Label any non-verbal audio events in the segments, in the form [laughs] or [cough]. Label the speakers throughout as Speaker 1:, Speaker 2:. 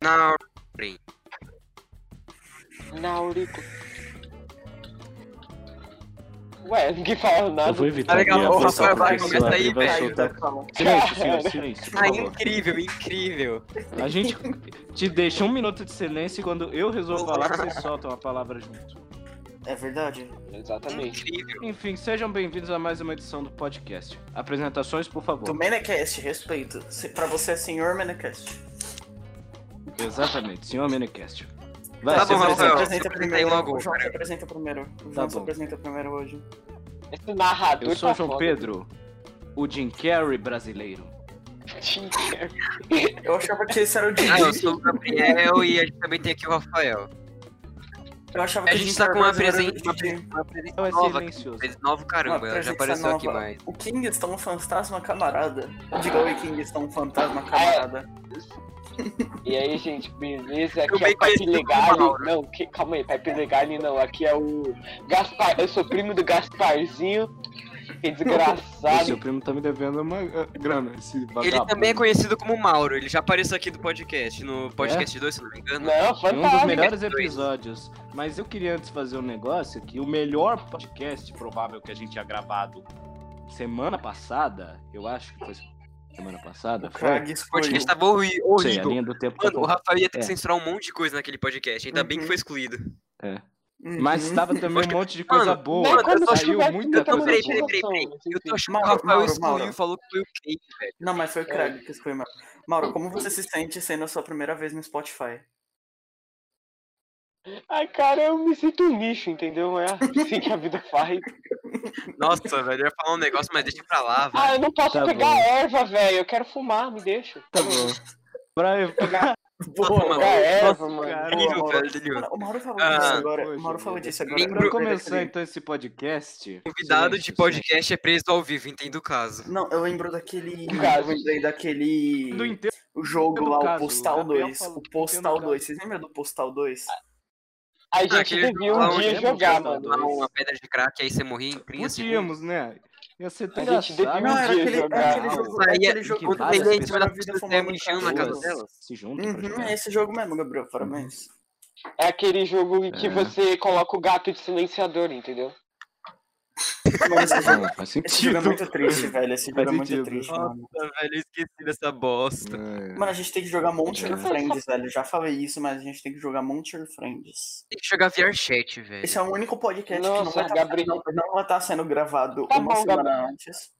Speaker 1: Nauri.
Speaker 2: Naurico. Ué, [laughs] ninguém fala nada.
Speaker 3: Eu vou evitar
Speaker 1: Tá legal,
Speaker 3: aqui a
Speaker 1: ô,
Speaker 3: pressão,
Speaker 1: Rafael, vai,
Speaker 3: porque
Speaker 1: começa
Speaker 3: senão
Speaker 1: aí,
Speaker 3: ele vai
Speaker 1: velho.
Speaker 3: soltar-
Speaker 2: Fala.
Speaker 3: Silêncio, senhor, silêncio, por
Speaker 1: Ah,
Speaker 3: favor.
Speaker 1: incrível, incrível.
Speaker 3: A gente te deixa um minuto de silêncio e quando eu resolvo falar, vocês
Speaker 1: [laughs]
Speaker 3: soltam a palavra junto.
Speaker 4: É verdade.
Speaker 2: Exatamente.
Speaker 1: Incrível.
Speaker 3: Enfim, sejam bem-vindos a mais uma edição do podcast. Apresentações, por
Speaker 4: Do
Speaker 3: favor.
Speaker 4: Menecast, respeito. Se- Pra você é senhor Menecast.
Speaker 3: Exatamente, senhor Minicast. Vai,
Speaker 1: Tá
Speaker 3: se
Speaker 1: bom,
Speaker 3: apresenta.
Speaker 1: Rafael.
Speaker 4: apresenta
Speaker 1: se apresenta
Speaker 4: primeiro.
Speaker 1: aí logo,
Speaker 4: o João se
Speaker 1: cara.
Speaker 4: apresenta primeiro. O João
Speaker 3: Tá
Speaker 4: se
Speaker 3: bom.
Speaker 4: apresenta primeiro hoje.
Speaker 2: Esse narrador
Speaker 3: Eu sou
Speaker 2: tá
Speaker 3: o João
Speaker 2: foda. [laughs]
Speaker 3: Pedro, o Jim Carrey brasileiro.
Speaker 2: Jim Carrey.
Speaker 4: Eu achava que esse
Speaker 1: [laughs]
Speaker 4: era o Jim.
Speaker 1: Ah, eu sou o Gabriel e a gente também tem aqui o Rafael.
Speaker 4: Eu achava que
Speaker 1: A
Speaker 4: o
Speaker 1: gente
Speaker 4: Jim
Speaker 1: tá
Speaker 4: era
Speaker 1: com uma
Speaker 4: o brasileiro
Speaker 1: presença, uma
Speaker 4: do Jim.
Speaker 1: presença, uma presença
Speaker 3: Não, é
Speaker 1: nova.
Speaker 3: silencioso.
Speaker 1: Presença nova,
Speaker 4: Uma
Speaker 1: caramba, ela já
Speaker 4: presença
Speaker 1: apareceu aqui
Speaker 4: nova.
Speaker 1: mais.
Speaker 4: O Kingston fantasma camarada. Diga oi, Kingston fantasma camarada.
Speaker 2: E aí, gente, beleza?
Speaker 1: Eu
Speaker 2: Aqui é
Speaker 1: bem
Speaker 2: o Pepe
Speaker 1: conhecido como
Speaker 2: Legale.
Speaker 1: Mauro.
Speaker 2: Não, que- calma aí, Pepe Legale não. Aqui é o Gaspar. Eu sou primo do Gasparzinho. Que é
Speaker 3: O
Speaker 2: desgraçado.
Speaker 3: seu primo tá me devendo uma eh, grana, esse vagabundo.
Speaker 1: Ele também é conhecido como Mauro, ele já apareceu aqui do podcast, no podcast 2, se não me engano.
Speaker 2: Não,
Speaker 3: Em um dos
Speaker 2: fantástico.
Speaker 3: melhores episódios. Mas eu queria antes fazer um negócio que o melhor podcast provável que a gente tinha gravado semana passada, eu acho que foi semana passada,
Speaker 1: Ah,
Speaker 4: O
Speaker 3: foi?
Speaker 4: Krag
Speaker 1: O
Speaker 4: escolheu.
Speaker 1: podcast tava horri-
Speaker 3: Não sei, a
Speaker 1: horrível.
Speaker 3: linha do tempo tá
Speaker 1: Mano, o
Speaker 3: bom.
Speaker 1: Rafael ia ter que
Speaker 3: É.
Speaker 1: censurar um monte de coisa naquele podcast, ainda bem que
Speaker 4: Uhum.
Speaker 1: foi excluído.
Speaker 4: Uhum.
Speaker 3: Mas tava também um monte de coisa
Speaker 1: Mano,
Speaker 3: boa,
Speaker 1: mano, eu tô
Speaker 3: saiu
Speaker 2: achando-
Speaker 3: muita
Speaker 2: eu tô-
Speaker 3: coisa
Speaker 1: Peraí,
Speaker 3: boa.
Speaker 1: peraí, peraí, peraí. Eu tô achando que o
Speaker 4: Mauro,
Speaker 1: Rafael
Speaker 4: Mauro,
Speaker 1: excluiu
Speaker 4: Mauro.
Speaker 1: e falou que foi o Kate, velho.
Speaker 4: Não, mas foi o Krag que escolheu. Mauro. Mauro, como você se sente sendo a sua primeira vez no Spotify?
Speaker 2: assim. Ai, cara, eu me sinto um lixo, entendeu? É assim que a vida faz.
Speaker 3: Tá
Speaker 1: Nossa, velho, eu ia falar um negócio, mas deixa pra lá, velho.
Speaker 2: Ah, eu não posso
Speaker 3: Tá
Speaker 2: pegar
Speaker 3: bom.
Speaker 2: erva, velho. Eu quero fumar, me
Speaker 3: [laughs]
Speaker 2: deixa.
Speaker 3: Tá bom. Pra eu pegar
Speaker 1: Nossa,
Speaker 4: É,
Speaker 1: mano,
Speaker 2: Pegar erva,
Speaker 3: nossa,
Speaker 2: mano.
Speaker 3: cara.
Speaker 1: Delírio,
Speaker 4: Mauro.
Speaker 1: velho, delírio.
Speaker 4: Mano, o Mauro falou
Speaker 1: Ah,
Speaker 4: disso agora.
Speaker 3: poxa
Speaker 4: o Mauro falou
Speaker 3: vida.
Speaker 4: disso agora.
Speaker 1: Lembro-
Speaker 3: pra eu
Speaker 4: Eu
Speaker 1: [laughs]
Speaker 3: começar
Speaker 4: daquele-
Speaker 3: então esse podcast.
Speaker 1: Convidado de
Speaker 3: silêncio,
Speaker 1: podcast é preso ao vivo, entendo o caso.
Speaker 4: Não, eu lembro daquele.
Speaker 2: Do caso.
Speaker 4: Eu lembrei
Speaker 3: silêncio. Do
Speaker 4: daquele.
Speaker 3: inteiro.
Speaker 4: O jogo
Speaker 3: do
Speaker 4: lá,
Speaker 3: caso,
Speaker 4: o
Speaker 3: o
Speaker 4: Postal
Speaker 3: Gabriel
Speaker 4: 2.
Speaker 3: falou
Speaker 4: O
Speaker 3: do
Speaker 4: Postal
Speaker 3: caso. Ah,
Speaker 4: 2. Vocês lembram do Postal 2?
Speaker 2: A gente
Speaker 1: aquele
Speaker 2: devia
Speaker 1: jogo lá
Speaker 2: um dia
Speaker 3: onde é
Speaker 2: jogar,
Speaker 3: mostrado,
Speaker 2: mano.
Speaker 1: Tomar uma pedra de crack, aí você morria em 30 segundos.
Speaker 3: Podíamos, né? Ia ser tão
Speaker 2: A gente
Speaker 3: engraçado.
Speaker 2: devia um dia jogar.
Speaker 3: aquele jogo-
Speaker 1: Saía-
Speaker 4: aquele
Speaker 3: em
Speaker 4: jogo
Speaker 3: é que
Speaker 4: quando
Speaker 1: Quando
Speaker 3: várias
Speaker 1: tem
Speaker 4: eles
Speaker 1: gente
Speaker 3: pessoas
Speaker 1: vai na
Speaker 4: fizeram
Speaker 1: frente
Speaker 4: vida
Speaker 1: do
Speaker 4: fumando
Speaker 1: cinema enchendo na casa
Speaker 3: Duas.
Speaker 1: dela.
Speaker 3: Se juntam pra
Speaker 4: Uhum,
Speaker 3: jogar.
Speaker 4: é esse jogo mesmo, Gabriel, parabéns.
Speaker 2: É aquele jogo em que
Speaker 3: É.
Speaker 2: você coloca o gato de silenciador, entendeu?
Speaker 4: Mano, esse jogo-
Speaker 3: Não, faz
Speaker 4: esse jogo é
Speaker 3: sentido.
Speaker 4: muito triste, velho. Esse jogo é
Speaker 3: Faz
Speaker 4: muito
Speaker 3: sentido.
Speaker 4: triste,
Speaker 1: Nossa,
Speaker 4: mano.
Speaker 1: velho, eu esqueci dessa bosta.
Speaker 3: É.
Speaker 4: Mano, a gente tem que jogar Monster
Speaker 3: É.
Speaker 4: Friends, velho. Já falei isso, mas a gente tem que jogar Monster Friends.
Speaker 1: Tem que jogar VRChat, velho.
Speaker 4: Esse é o único podcast
Speaker 2: Nossa,
Speaker 4: que não vai
Speaker 2: Gabriel.
Speaker 4: estar não, vai tá sendo gravado
Speaker 2: Tá
Speaker 4: uma
Speaker 2: bom,
Speaker 4: semana
Speaker 2: Gabriel.
Speaker 4: antes.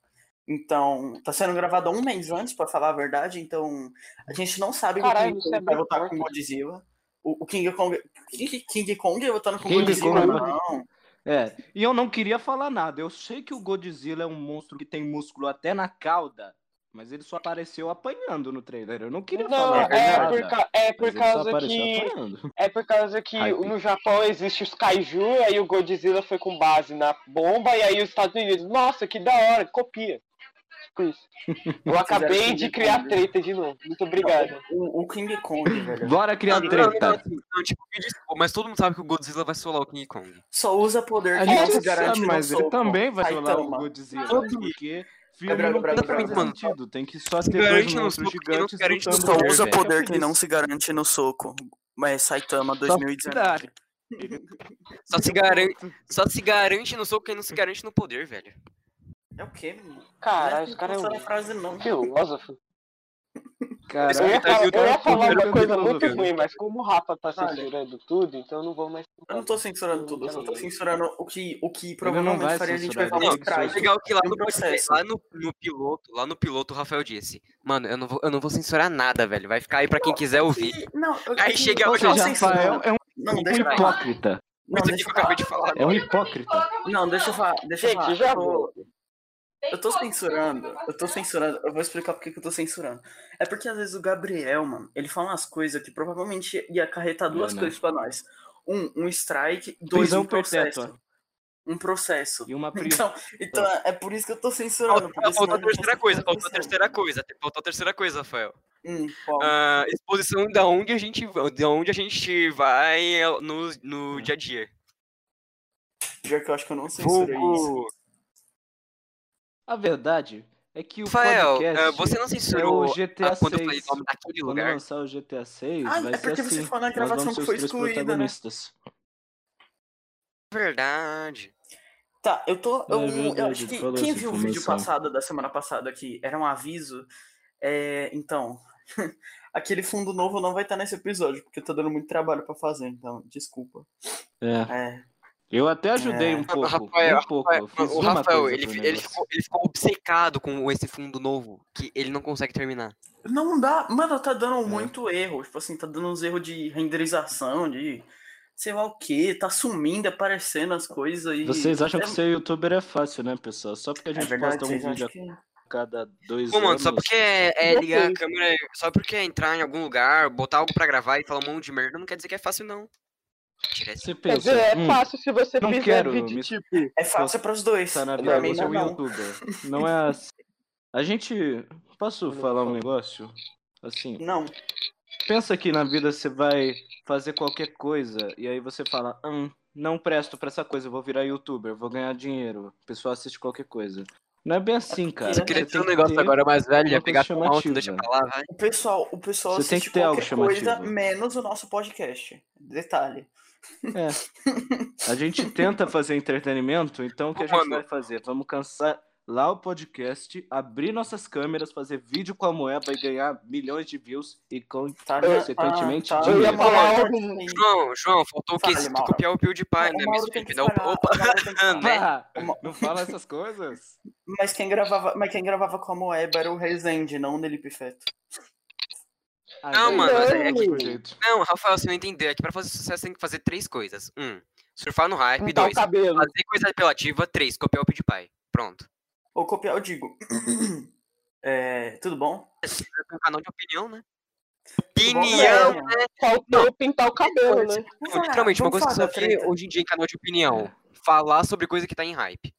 Speaker 4: Então, tá sendo gravado um mês antes, pra falar a verdade. Então, a gente não sabe
Speaker 2: Caralho,
Speaker 4: que o King
Speaker 2: isso é
Speaker 4: Kong vai
Speaker 2: muito
Speaker 4: voltar com
Speaker 2: forte.
Speaker 4: Godzilla. O, o King Kong. King, King Kong voltando com
Speaker 3: King
Speaker 4: Godzilla,
Speaker 3: Kong.
Speaker 4: não.
Speaker 3: É, e eu não queria falar nada. Eu sei que o Godzilla é um monstro que tem músculo até na cauda, mas ele só apareceu apanhando no trailer. Eu não queria
Speaker 2: Não,
Speaker 3: falar
Speaker 2: é
Speaker 3: nada.
Speaker 2: por, ca- é por
Speaker 3: mas ele só
Speaker 2: causa
Speaker 3: apareceu
Speaker 2: que.
Speaker 3: apanhando.
Speaker 2: É por causa que
Speaker 3: Hype.
Speaker 2: no Japão existe os kaiju, aí o Godzilla foi com base na bomba, e aí os Estados Unidos, nossa, que da hora, copia. Por
Speaker 3: [laughs]
Speaker 2: isso. Eu acabei
Speaker 4: Fizeram
Speaker 2: de
Speaker 4: King
Speaker 2: criar
Speaker 4: Kong.
Speaker 2: treta de novo. Muito obrigado.
Speaker 4: O, o King Kong, velho.
Speaker 3: Bora criar
Speaker 1: Não, não, não,
Speaker 3: treta.
Speaker 1: não, não, tipo, me desculpa, mas todo mundo sabe que o Godzilla vai solar o King Kong.
Speaker 4: Só usa poder
Speaker 3: A
Speaker 4: que não
Speaker 3: gente
Speaker 4: se
Speaker 3: sabe,
Speaker 4: garante. no
Speaker 3: mas ele
Speaker 4: soco.
Speaker 3: também vai
Speaker 4: Aí
Speaker 3: falar o
Speaker 4: toma.
Speaker 3: Godzilla.
Speaker 1: Todo
Speaker 3: Porque filme
Speaker 4: Gabriel,
Speaker 3: não
Speaker 4: Gabriel,
Speaker 3: tem que
Speaker 4: Gabriel,
Speaker 3: fazer
Speaker 1: mano.
Speaker 3: sentido. Tem que só ter
Speaker 1: garante
Speaker 3: dois
Speaker 1: no
Speaker 3: monstros
Speaker 1: soco, quem não
Speaker 3: gigantes
Speaker 1: garante no
Speaker 3: lutando
Speaker 4: Só
Speaker 1: Poder,
Speaker 3: por
Speaker 4: usa
Speaker 3: ele.
Speaker 1: velho.
Speaker 4: poder que não se garante no soco. Mas Saitama
Speaker 3: Só
Speaker 4: 2019.
Speaker 3: cuidado.
Speaker 1: Só se garante, só se garante no soco quem não se garante no poder, velho.
Speaker 4: É o quê, menino?
Speaker 2: Caralho,
Speaker 4: Não
Speaker 2: esse cara é
Speaker 4: é essa
Speaker 2: um
Speaker 4: frase, não.
Speaker 2: filósofo. Eu
Speaker 3: Caralho,
Speaker 2: ia é falar, eu ia falar
Speaker 3: cara, puta
Speaker 2: uma coisa
Speaker 3: filósofo.
Speaker 2: muito ruim, mas como o Rafa tá
Speaker 4: Olha.
Speaker 2: censurando tudo, então eu não vou mais.
Speaker 4: Eu não tô censurando tudo, eu só tô censurando o que, o que provavelmente
Speaker 3: vai
Speaker 4: faria a gente
Speaker 3: censurar,
Speaker 4: levar
Speaker 3: ele
Speaker 4: um
Speaker 1: Não,
Speaker 3: Tá,
Speaker 1: é
Speaker 4: strike.
Speaker 1: legal que lá
Speaker 4: tem
Speaker 1: no,
Speaker 4: um processo.
Speaker 1: lá no- no piloto, lá no piloto o Rafael disse, mano, eu não vou, eu não vou censurar nada, velho. Vai ficar aí pra quem quiser ouvir.
Speaker 4: E- Não, eu,
Speaker 1: Aí
Speaker 4: eu-
Speaker 1: chega
Speaker 4: eu
Speaker 3: Ou
Speaker 1: o
Speaker 4: tô
Speaker 3: seja,
Speaker 4: censurando.
Speaker 3: Rafael é um
Speaker 4: Não, deixa eu falar.
Speaker 3: hipócrita.
Speaker 4: Não, tá,
Speaker 1: Isso aqui
Speaker 4: deixa
Speaker 1: que
Speaker 4: eu
Speaker 1: eu acabei
Speaker 4: falar.
Speaker 1: de falar.
Speaker 3: É um hipócrita.
Speaker 4: Não, deixa eu falar. Deixa eu falar.
Speaker 2: Gente, já
Speaker 4: Eu tô-
Speaker 2: vou.
Speaker 4: Eu tô censurando, eu tô censurando, eu vou explicar por que que eu tô censurando. É porque às vezes o Gabriel, mano, ele fala umas coisas que provavelmente ia acarretar duas
Speaker 3: É, né?
Speaker 4: coisas pra nós. Um, um strike, dois,
Speaker 3: Prisão
Speaker 4: um processo.
Speaker 3: perpétua.
Speaker 4: Um processo.
Speaker 3: E uma prisão.
Speaker 4: Então, então, é por isso que eu tô censurando. porque
Speaker 1: Faltou, faltou
Speaker 4: senão
Speaker 1: a
Speaker 4: eu não
Speaker 1: terceira
Speaker 4: consigo
Speaker 1: coisa,
Speaker 4: prestar
Speaker 1: faltou a
Speaker 4: atenção.
Speaker 1: terceira coisa, te- faltou a terceira coisa, Rafael.
Speaker 4: Hum, qual?
Speaker 1: Ah, exposição da onde a gente, da onde a gente vai é no,
Speaker 3: É.
Speaker 1: no dia a dia.
Speaker 4: Pior que eu acho que eu não censurei isso.
Speaker 1: Fogo.
Speaker 3: A verdade É que o
Speaker 1: Rafael,
Speaker 3: podcast
Speaker 1: eh, você não censurou
Speaker 3: é o GTA
Speaker 1: ah, quando eu falei
Speaker 3: 6.
Speaker 1: o nome daquele
Speaker 3: Quando
Speaker 1: lugar?
Speaker 3: lançar o GTA 6, vai
Speaker 4: Ah, é
Speaker 3: ser
Speaker 4: porque
Speaker 3: assim.
Speaker 4: você falou na
Speaker 3: Nós
Speaker 4: gravação
Speaker 3: vamos ser
Speaker 4: que
Speaker 3: os
Speaker 4: foi
Speaker 3: três
Speaker 4: excluída, né?
Speaker 3: protagonistas.
Speaker 1: É Verdade.
Speaker 4: Tá, eu tô.
Speaker 3: É
Speaker 4: Eu, eu
Speaker 3: verdade,
Speaker 4: acho que
Speaker 3: falou
Speaker 4: quem
Speaker 3: essa
Speaker 4: viu o vídeo
Speaker 3: informação.
Speaker 4: passado da semana passada que era um aviso. é, então, [laughs] aquele fundo novo não vai estar nesse episódio, porque tá dando muito trabalho pra fazer, então, desculpa.
Speaker 3: É.
Speaker 4: É,
Speaker 3: Eu ajudei ajudei
Speaker 4: É.
Speaker 3: um pouco.
Speaker 1: Rafael,
Speaker 3: um pouco. eu fiz
Speaker 1: o
Speaker 3: uma
Speaker 1: Rafael,
Speaker 3: coisa
Speaker 1: ele,
Speaker 3: pro
Speaker 1: ele
Speaker 3: negócio.
Speaker 1: ficou, ele ficou obcecado com esse fundo novo, que ele não consegue terminar.
Speaker 4: Não dá. Mano, tá
Speaker 3: É.
Speaker 4: dando muito erro. Tipo assim, tá dando uns erros de renderização, de sei lá o que, tá sumindo, aparecendo as coisas e.
Speaker 3: Vocês acham que
Speaker 4: É-
Speaker 3: ser youtuber é fácil, né, pessoal? Só porque a
Speaker 4: é
Speaker 3: gente
Speaker 4: verdade,
Speaker 3: posta um
Speaker 4: vocês
Speaker 3: vídeo
Speaker 4: acham que...
Speaker 3: a cada dois
Speaker 1: Pô, mano,
Speaker 3: anos.
Speaker 1: só porque é, é
Speaker 2: Não
Speaker 1: ligar
Speaker 2: sei.
Speaker 1: a câmera, só porque é entrar em algum lugar, botar algo pra gravar e falar um monte de merda, não quer dizer que é fácil, não. Tira esse-
Speaker 3: Você
Speaker 2: Quer
Speaker 3: pensa,
Speaker 2: dizer, é
Speaker 3: hum,
Speaker 2: fácil se você
Speaker 3: não
Speaker 2: fizer
Speaker 3: quero
Speaker 2: vídeo
Speaker 3: me-
Speaker 2: tipo.
Speaker 4: É fácil pros dois.
Speaker 3: tá na vida,
Speaker 4: pra mim
Speaker 3: você é
Speaker 4: não,
Speaker 3: um
Speaker 4: não.
Speaker 3: youtuber. Não é assim. A gente. Posso falar um negócio? Assim,
Speaker 4: Não.
Speaker 3: pensa que na vida você vai fazer qualquer coisa e aí você fala, hum, não presto pra essa coisa, eu vou virar youtuber, vou ganhar dinheiro, o pessoal assiste qualquer coisa. Não é bem assim, cara.
Speaker 4: Você
Speaker 1: Eu queria
Speaker 3: Você
Speaker 1: dizer
Speaker 3: tem
Speaker 1: um
Speaker 3: que
Speaker 1: negócio
Speaker 3: ter-
Speaker 1: agora mais velho,
Speaker 3: uma
Speaker 1: ia pegar
Speaker 3: coisa
Speaker 1: com a última, deixa
Speaker 3: chamativa.
Speaker 1: pra lá, vai.
Speaker 4: O pessoal, o pessoal
Speaker 3: Você tem
Speaker 4: assiste
Speaker 3: que ter algo
Speaker 4: qualquer coisa
Speaker 3: chamativo. né?
Speaker 4: menos o nosso podcast. Detalhe.
Speaker 3: A gente tenta fazer entretenimento, então o que a gente
Speaker 1: Mano.
Speaker 3: vai fazer? Vamos cancelar o podcast, abrir nossas câmeras, fazer vídeo com a moeba e ganhar milhões de views e
Speaker 4: Tá,
Speaker 3: consequentemente
Speaker 4: tá, tá.
Speaker 2: Eu ia
Speaker 3: dinheiro.
Speaker 2: falar
Speaker 4: Mauro,
Speaker 2: algo.
Speaker 1: João, João, faltou o quê?
Speaker 4: Fale,
Speaker 1: Se tu
Speaker 4: Mauro.
Speaker 1: copiar o PewDiePie, né?
Speaker 4: O Mauro
Speaker 1: Miss
Speaker 4: tem é
Speaker 1: Felipe,
Speaker 4: que
Speaker 1: dá o-
Speaker 4: falar,
Speaker 1: Opa!
Speaker 4: o Mauro tem que falar.
Speaker 1: [laughs] né?
Speaker 3: Pá,
Speaker 4: Uma-
Speaker 3: Ah, não fala essas coisas.
Speaker 4: Mas quem gravava, mas quem gravava com a Moeba era o Rezende, não o Nelipe Feto.
Speaker 3: Ah,
Speaker 1: Não,
Speaker 3: daí-
Speaker 1: mano,
Speaker 3: daí
Speaker 2: é
Speaker 3: não
Speaker 2: que-
Speaker 3: tem jeito.
Speaker 1: Não, Rafael, você não entendeu. É que pra fazer sucesso tem que fazer três coisas. Um, surfar no hype.
Speaker 4: Então
Speaker 2: Pintar o
Speaker 1: Dois,
Speaker 2: cabelo.
Speaker 1: fazer coisa apelativa. Três, copiar o PewDiePie. Pronto.
Speaker 4: Ou copiar, eu digo. [clears throat] É, tudo bom?
Speaker 1: É um canal de opinião, né?
Speaker 4: Tudo bom,
Speaker 1: Opinião!
Speaker 4: galera?
Speaker 2: Faltou pintar o cabelo, né?
Speaker 1: Não, literalmente, uma
Speaker 4: é, Vamos
Speaker 1: coisa que
Speaker 4: falar
Speaker 1: você
Speaker 4: da
Speaker 1: vê
Speaker 4: treta. É.
Speaker 1: hoje em dia em canal de opinião. Falar sobre coisa que tá em hype.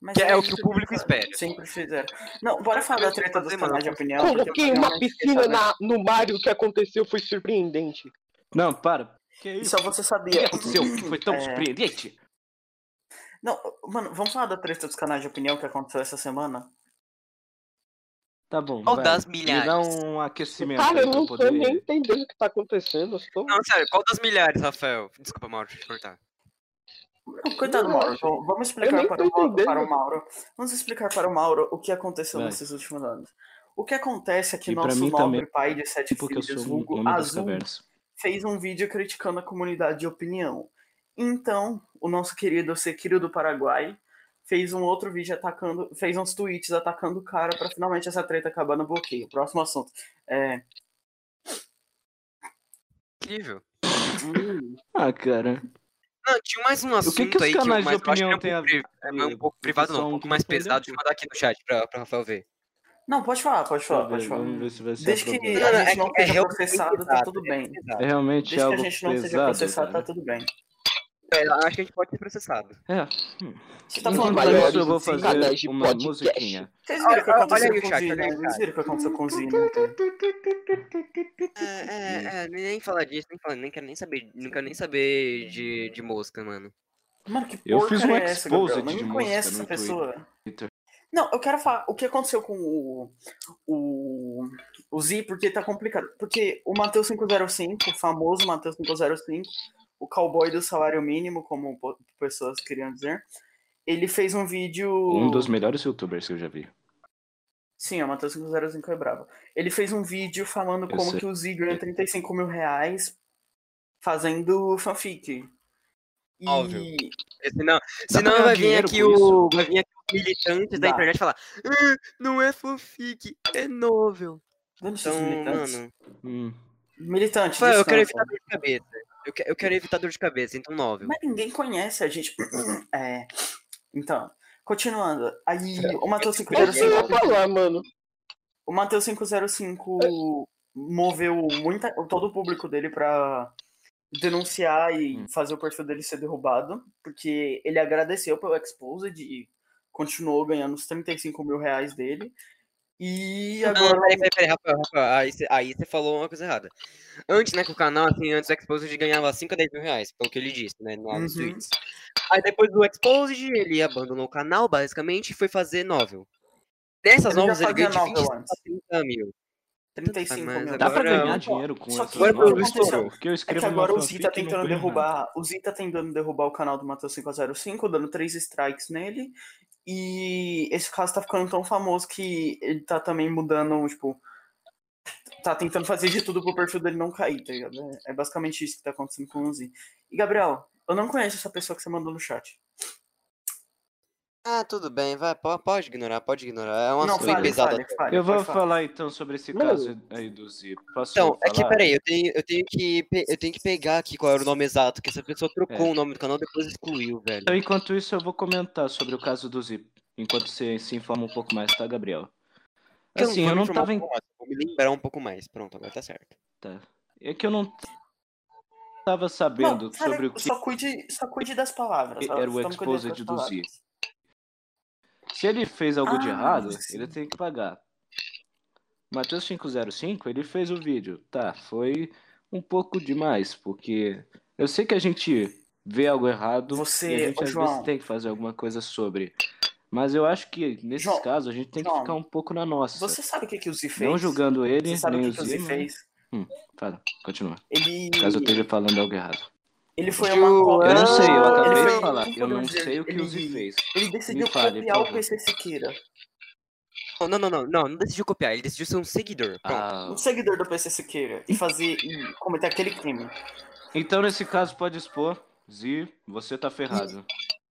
Speaker 4: Mas
Speaker 1: Que é o
Speaker 4: isso
Speaker 1: que o público
Speaker 4: eles
Speaker 1: espera.
Speaker 4: Sempre fizeram. Não, bora falar da treta dos canais é de opinião. porque
Speaker 2: Coloquei
Speaker 4: eu
Speaker 2: uma
Speaker 4: não
Speaker 2: piscina
Speaker 4: sei
Speaker 2: na- no Mario, o que aconteceu foi surpreendente.
Speaker 3: Não, para. Que
Speaker 4: saber.
Speaker 3: isso?
Speaker 1: é um
Speaker 4: Só você
Speaker 3: O que
Speaker 4: sabia.
Speaker 3: aconteceu? Foi tão
Speaker 4: É.
Speaker 3: surpreendente.
Speaker 4: Não, mano, vamos falar da treta dos canais de opinião que aconteceu essa semana?
Speaker 3: Tá bom.
Speaker 1: Qual
Speaker 3: vai.
Speaker 1: das
Speaker 3: Me
Speaker 1: milhares?
Speaker 3: dá um aquecimento
Speaker 2: Cara,
Speaker 3: aí
Speaker 2: eu
Speaker 3: pra
Speaker 2: não tô
Speaker 3: poder.
Speaker 2: nem entendendo o que tá acontecendo. Eu estou...
Speaker 1: Não, sério, qual das milhares, Rafael? Desculpa, Mauro, deixa eu te cortar.
Speaker 4: Não, Coitado do
Speaker 2: Não,
Speaker 4: Mauro,
Speaker 2: acho-
Speaker 4: vamos- vamos
Speaker 2: eu
Speaker 4: explicar
Speaker 2: nem
Speaker 4: para
Speaker 2: tô
Speaker 4: o, Mauro-
Speaker 2: entendendo.
Speaker 4: para o Mauro. Vamos explicar para o Mauro o que aconteceu
Speaker 3: Vai.
Speaker 4: nesses últimos anos. O que acontece é que
Speaker 3: E pra
Speaker 4: nosso
Speaker 3: mim
Speaker 4: nobre
Speaker 3: também,
Speaker 4: pai de sete
Speaker 3: Porque eu
Speaker 4: filhos,
Speaker 3: sou
Speaker 4: vulgo
Speaker 3: um homem das
Speaker 4: azul,
Speaker 3: cavernas.
Speaker 4: fez um vídeo criticando a comunidade de opinião. Então, o nosso querido Sekiro do Paraguai fez um outro vídeo atacando, fez uns tweets atacando o cara pra finalmente essa treta acabar no bloqueio. Próximo assunto. É,
Speaker 1: Incrível.
Speaker 4: hum,
Speaker 3: Ah, cara.
Speaker 1: Não, tinha mais um assunto
Speaker 3: que que os
Speaker 1: aí que eu-
Speaker 3: canais de
Speaker 1: mas eu acho que
Speaker 3: opinião
Speaker 1: é um
Speaker 3: têm a
Speaker 1: pouco pri- É mas um pouco privado, não.
Speaker 3: São
Speaker 1: Um pouco mais pesado. Deixa eu
Speaker 3: independentes.
Speaker 1: mandar aqui no chat pra, pra Rafael ver.
Speaker 4: não, pode falar, pode
Speaker 3: Deixa eu
Speaker 4: falar, Então, pode
Speaker 3: ver,
Speaker 4: falar.
Speaker 3: Vamos ver se vai ser
Speaker 4: Desde que
Speaker 3: aprovado.
Speaker 1: Não, não,
Speaker 4: a gente
Speaker 1: é
Speaker 4: não
Speaker 1: que é
Speaker 4: seja
Speaker 1: realmente
Speaker 4: processado, tá
Speaker 1: pesado,
Speaker 4: tudo
Speaker 1: é
Speaker 4: bem.
Speaker 1: pesado.
Speaker 3: É realmente
Speaker 4: Desde que a
Speaker 3: algo
Speaker 4: gente não seja
Speaker 3: pesado.
Speaker 4: processado, tá
Speaker 3: cara.
Speaker 4: tudo bem.
Speaker 1: É, acho que a gente pode ser processado.
Speaker 3: É.
Speaker 4: Você tá falando
Speaker 3: Enquanto
Speaker 2: maiores
Speaker 3: isso, eu vou
Speaker 2: assim,
Speaker 3: fazer
Speaker 2: canais de
Speaker 3: uma
Speaker 2: podcast.
Speaker 3: musiquinha.
Speaker 4: Vocês viram o que aconteceu
Speaker 1: Olha aí o
Speaker 4: com o
Speaker 1: chat,
Speaker 4: Zina?
Speaker 1: olha aí o
Speaker 4: Vocês
Speaker 1: chat.
Speaker 4: viram o que aconteceu com o Zina? então?
Speaker 1: É, é, é, nem falar disso, nem falar, nem quero nem saber, não quero nem saber de, de mosca, mano.
Speaker 4: Mano, que
Speaker 3: Eu
Speaker 4: porcaria
Speaker 3: fiz um
Speaker 4: é essa, Gabriel?
Speaker 3: exposed de
Speaker 4: Não
Speaker 3: música
Speaker 4: conhece essa
Speaker 3: no Twitter.
Speaker 4: pessoa. Não, eu quero falar o que aconteceu com o, o, o Z, porque tá complicado. Porque o Matheus 505, o famoso Matheus 505, o cowboy do salário mínimo, como po- pessoas queriam dizer, ele fez um vídeo.
Speaker 3: Um dos melhores youtubers que eu já vi.
Speaker 4: Sim, o Matheus 505 é bravo. Ele fez um vídeo falando
Speaker 3: Eu
Speaker 4: como
Speaker 3: sei.
Speaker 4: que o é Z ganha 35 mil reais fazendo fanfic. E...
Speaker 1: Óbvio. Senão,
Speaker 3: pra
Speaker 1: senão
Speaker 3: ganhar
Speaker 1: vai vir
Speaker 3: dinheiro
Speaker 1: aqui
Speaker 3: com
Speaker 1: o. Vai vir aqui os militantes da
Speaker 4: Dá.
Speaker 1: internet falar. "Ah, não é fanfic, é novel.
Speaker 4: Dando
Speaker 1: Então,
Speaker 4: então, militantes.
Speaker 1: mano.
Speaker 3: Hum.
Speaker 4: Militante,
Speaker 1: Rafael, eu quero
Speaker 4: descansa.
Speaker 1: evitar dor de cabeça. Eu, que- eu quero evitar dor de cabeça, então novel.
Speaker 4: Mas ninguém conhece a gente. [clears throat] É, Então, continuando. Aí o Matheus
Speaker 2: Eu sei É eu
Speaker 4: 505.
Speaker 2: ia falar, mano.
Speaker 4: O Matheus 505 moveu muita, todo o público dele pra denunciar e
Speaker 3: Hum.
Speaker 4: fazer o perfil dele ser derrubado. Porque ele agradeceu pelo Exposed e continuou ganhando os 35 mil reais dele. E
Speaker 1: Não,
Speaker 4: agora.
Speaker 1: não, Ah, peraí, peraí, peraí, Rafael, Rafael, aí você aí você falou uma coisa errada. Antes, né, que o canal, assim, antes o Exposed ganhava 5 a 10 mil reais, pelo que ele disse, né, lá nos
Speaker 4: Uhum.
Speaker 1: tweets. Aí depois do Exposed, ele abandonou o canal, basicamente, e foi fazer novel. Dessas
Speaker 4: Ele já
Speaker 1: novas ele
Speaker 4: fazia
Speaker 1: ganha de
Speaker 4: novel
Speaker 1: 20 a
Speaker 4: antes.
Speaker 1: mil.
Speaker 4: 35
Speaker 1: mas
Speaker 4: mil.
Speaker 3: Dá pra
Speaker 1: Agora-
Speaker 3: ganhar dinheiro com
Speaker 4: Só
Speaker 3: isso.
Speaker 4: que
Speaker 3: né?
Speaker 1: agora eu
Speaker 4: aconteceu.
Speaker 1: estou-
Speaker 3: Porque eu
Speaker 4: É
Speaker 3: escrevo
Speaker 4: que
Speaker 3: uma
Speaker 4: agora o
Speaker 3: fanfic
Speaker 4: Z
Speaker 3: e
Speaker 4: tá
Speaker 3: não
Speaker 4: tentando
Speaker 3: ganho nada.
Speaker 4: derrubar. O Z tá tentando derrubar o canal do Matheus 505, dando três strikes nele. E esse caso tá ficando tão famoso que ele tá também mudando, tipo. Tá tentando fazer de tudo pro perfil dele não cair, tá ligado? É- É basicamente isso que tá acontecendo com o Z. E, Gabriel, eu não conheço essa pessoa que você mandou no chat.
Speaker 1: Ah, tudo bem, vai, po- pode ignorar, pode ignorar. É um
Speaker 4: não,
Speaker 1: assunto bem
Speaker 4: fale,
Speaker 1: pesado.
Speaker 4: fale, fale,
Speaker 3: Eu vou
Speaker 4: pode
Speaker 3: falar então sobre esse
Speaker 2: Mano.
Speaker 3: caso aí do Zipo. Posso
Speaker 1: Então, é que
Speaker 3: falar?
Speaker 1: peraí, eu tenho, eu, tenho que, pe- eu tenho que pegar aqui qual era o nome exato, que essa pessoa
Speaker 4: É.
Speaker 1: trocou o nome do canal depois excluiu, velho.
Speaker 3: Então, enquanto isso, eu vou comentar sobre o caso do Zipo. Enquanto você se informa um pouco mais, tá, Gabriel?
Speaker 1: Que eu
Speaker 3: Assim,
Speaker 1: vou
Speaker 3: eu
Speaker 1: me
Speaker 3: não
Speaker 1: informar
Speaker 3: tava
Speaker 1: um
Speaker 3: em.
Speaker 1: pouco mais, Vou me lembrar um pouco mais. Pronto, agora tá certo.
Speaker 3: Tá. É que eu não tava
Speaker 4: Não,
Speaker 3: sabendo
Speaker 4: fale-
Speaker 3: sobre o que.
Speaker 4: só, cuide, só cuide das palavras. tá?
Speaker 3: Era o
Speaker 4: tome cuidado
Speaker 3: exposed
Speaker 4: das
Speaker 3: do
Speaker 4: palavras.
Speaker 3: Z. Se ele fez algo de
Speaker 4: Ah,
Speaker 3: errado,
Speaker 4: sim.
Speaker 3: ele tem que pagar. Matheus 505, ele fez o vídeo. Tá, foi um pouco demais, porque eu sei que a gente vê algo errado
Speaker 4: Você-
Speaker 3: e a gente
Speaker 4: ô,
Speaker 3: às
Speaker 4: João.
Speaker 3: vezes tem que fazer alguma coisa sobre. Mas eu acho que, nesses
Speaker 4: João,
Speaker 3: casos, a gente tem que
Speaker 4: João,
Speaker 3: ficar um pouco na nossa.
Speaker 4: Você sabe o que, que o Z fez?
Speaker 3: Não julgando ele,
Speaker 4: Você sabe o
Speaker 3: nem
Speaker 4: que,
Speaker 3: o né?
Speaker 4: que o Z
Speaker 3: Zima.
Speaker 4: fez?
Speaker 3: Fala, continua.
Speaker 4: Ele.
Speaker 3: Caso eu esteja falando algo errado.
Speaker 4: Ele foi
Speaker 1: Ju,
Speaker 4: uma cópia.
Speaker 3: Eu não sei, eu
Speaker 1: Ah,
Speaker 3: acabei
Speaker 1: ele
Speaker 3: de
Speaker 1: foi-
Speaker 3: falar.
Speaker 4: como
Speaker 3: Eu não
Speaker 4: dizer,
Speaker 3: sei o que
Speaker 4: ele-
Speaker 3: o Z fez.
Speaker 4: um Ele decidiu
Speaker 3: Me fale,
Speaker 4: copiar
Speaker 3: por
Speaker 4: o PC Siqueira.
Speaker 1: Não, não, não, não, não, não decidiu copiar, ele decidiu ser um seguidor. Pronto.
Speaker 3: Ah,
Speaker 4: Um seguidor do PC Siqueira. E fazer. E cometer aquele crime.
Speaker 3: Então, nesse caso, pode expor. Zi, você tá ferrado.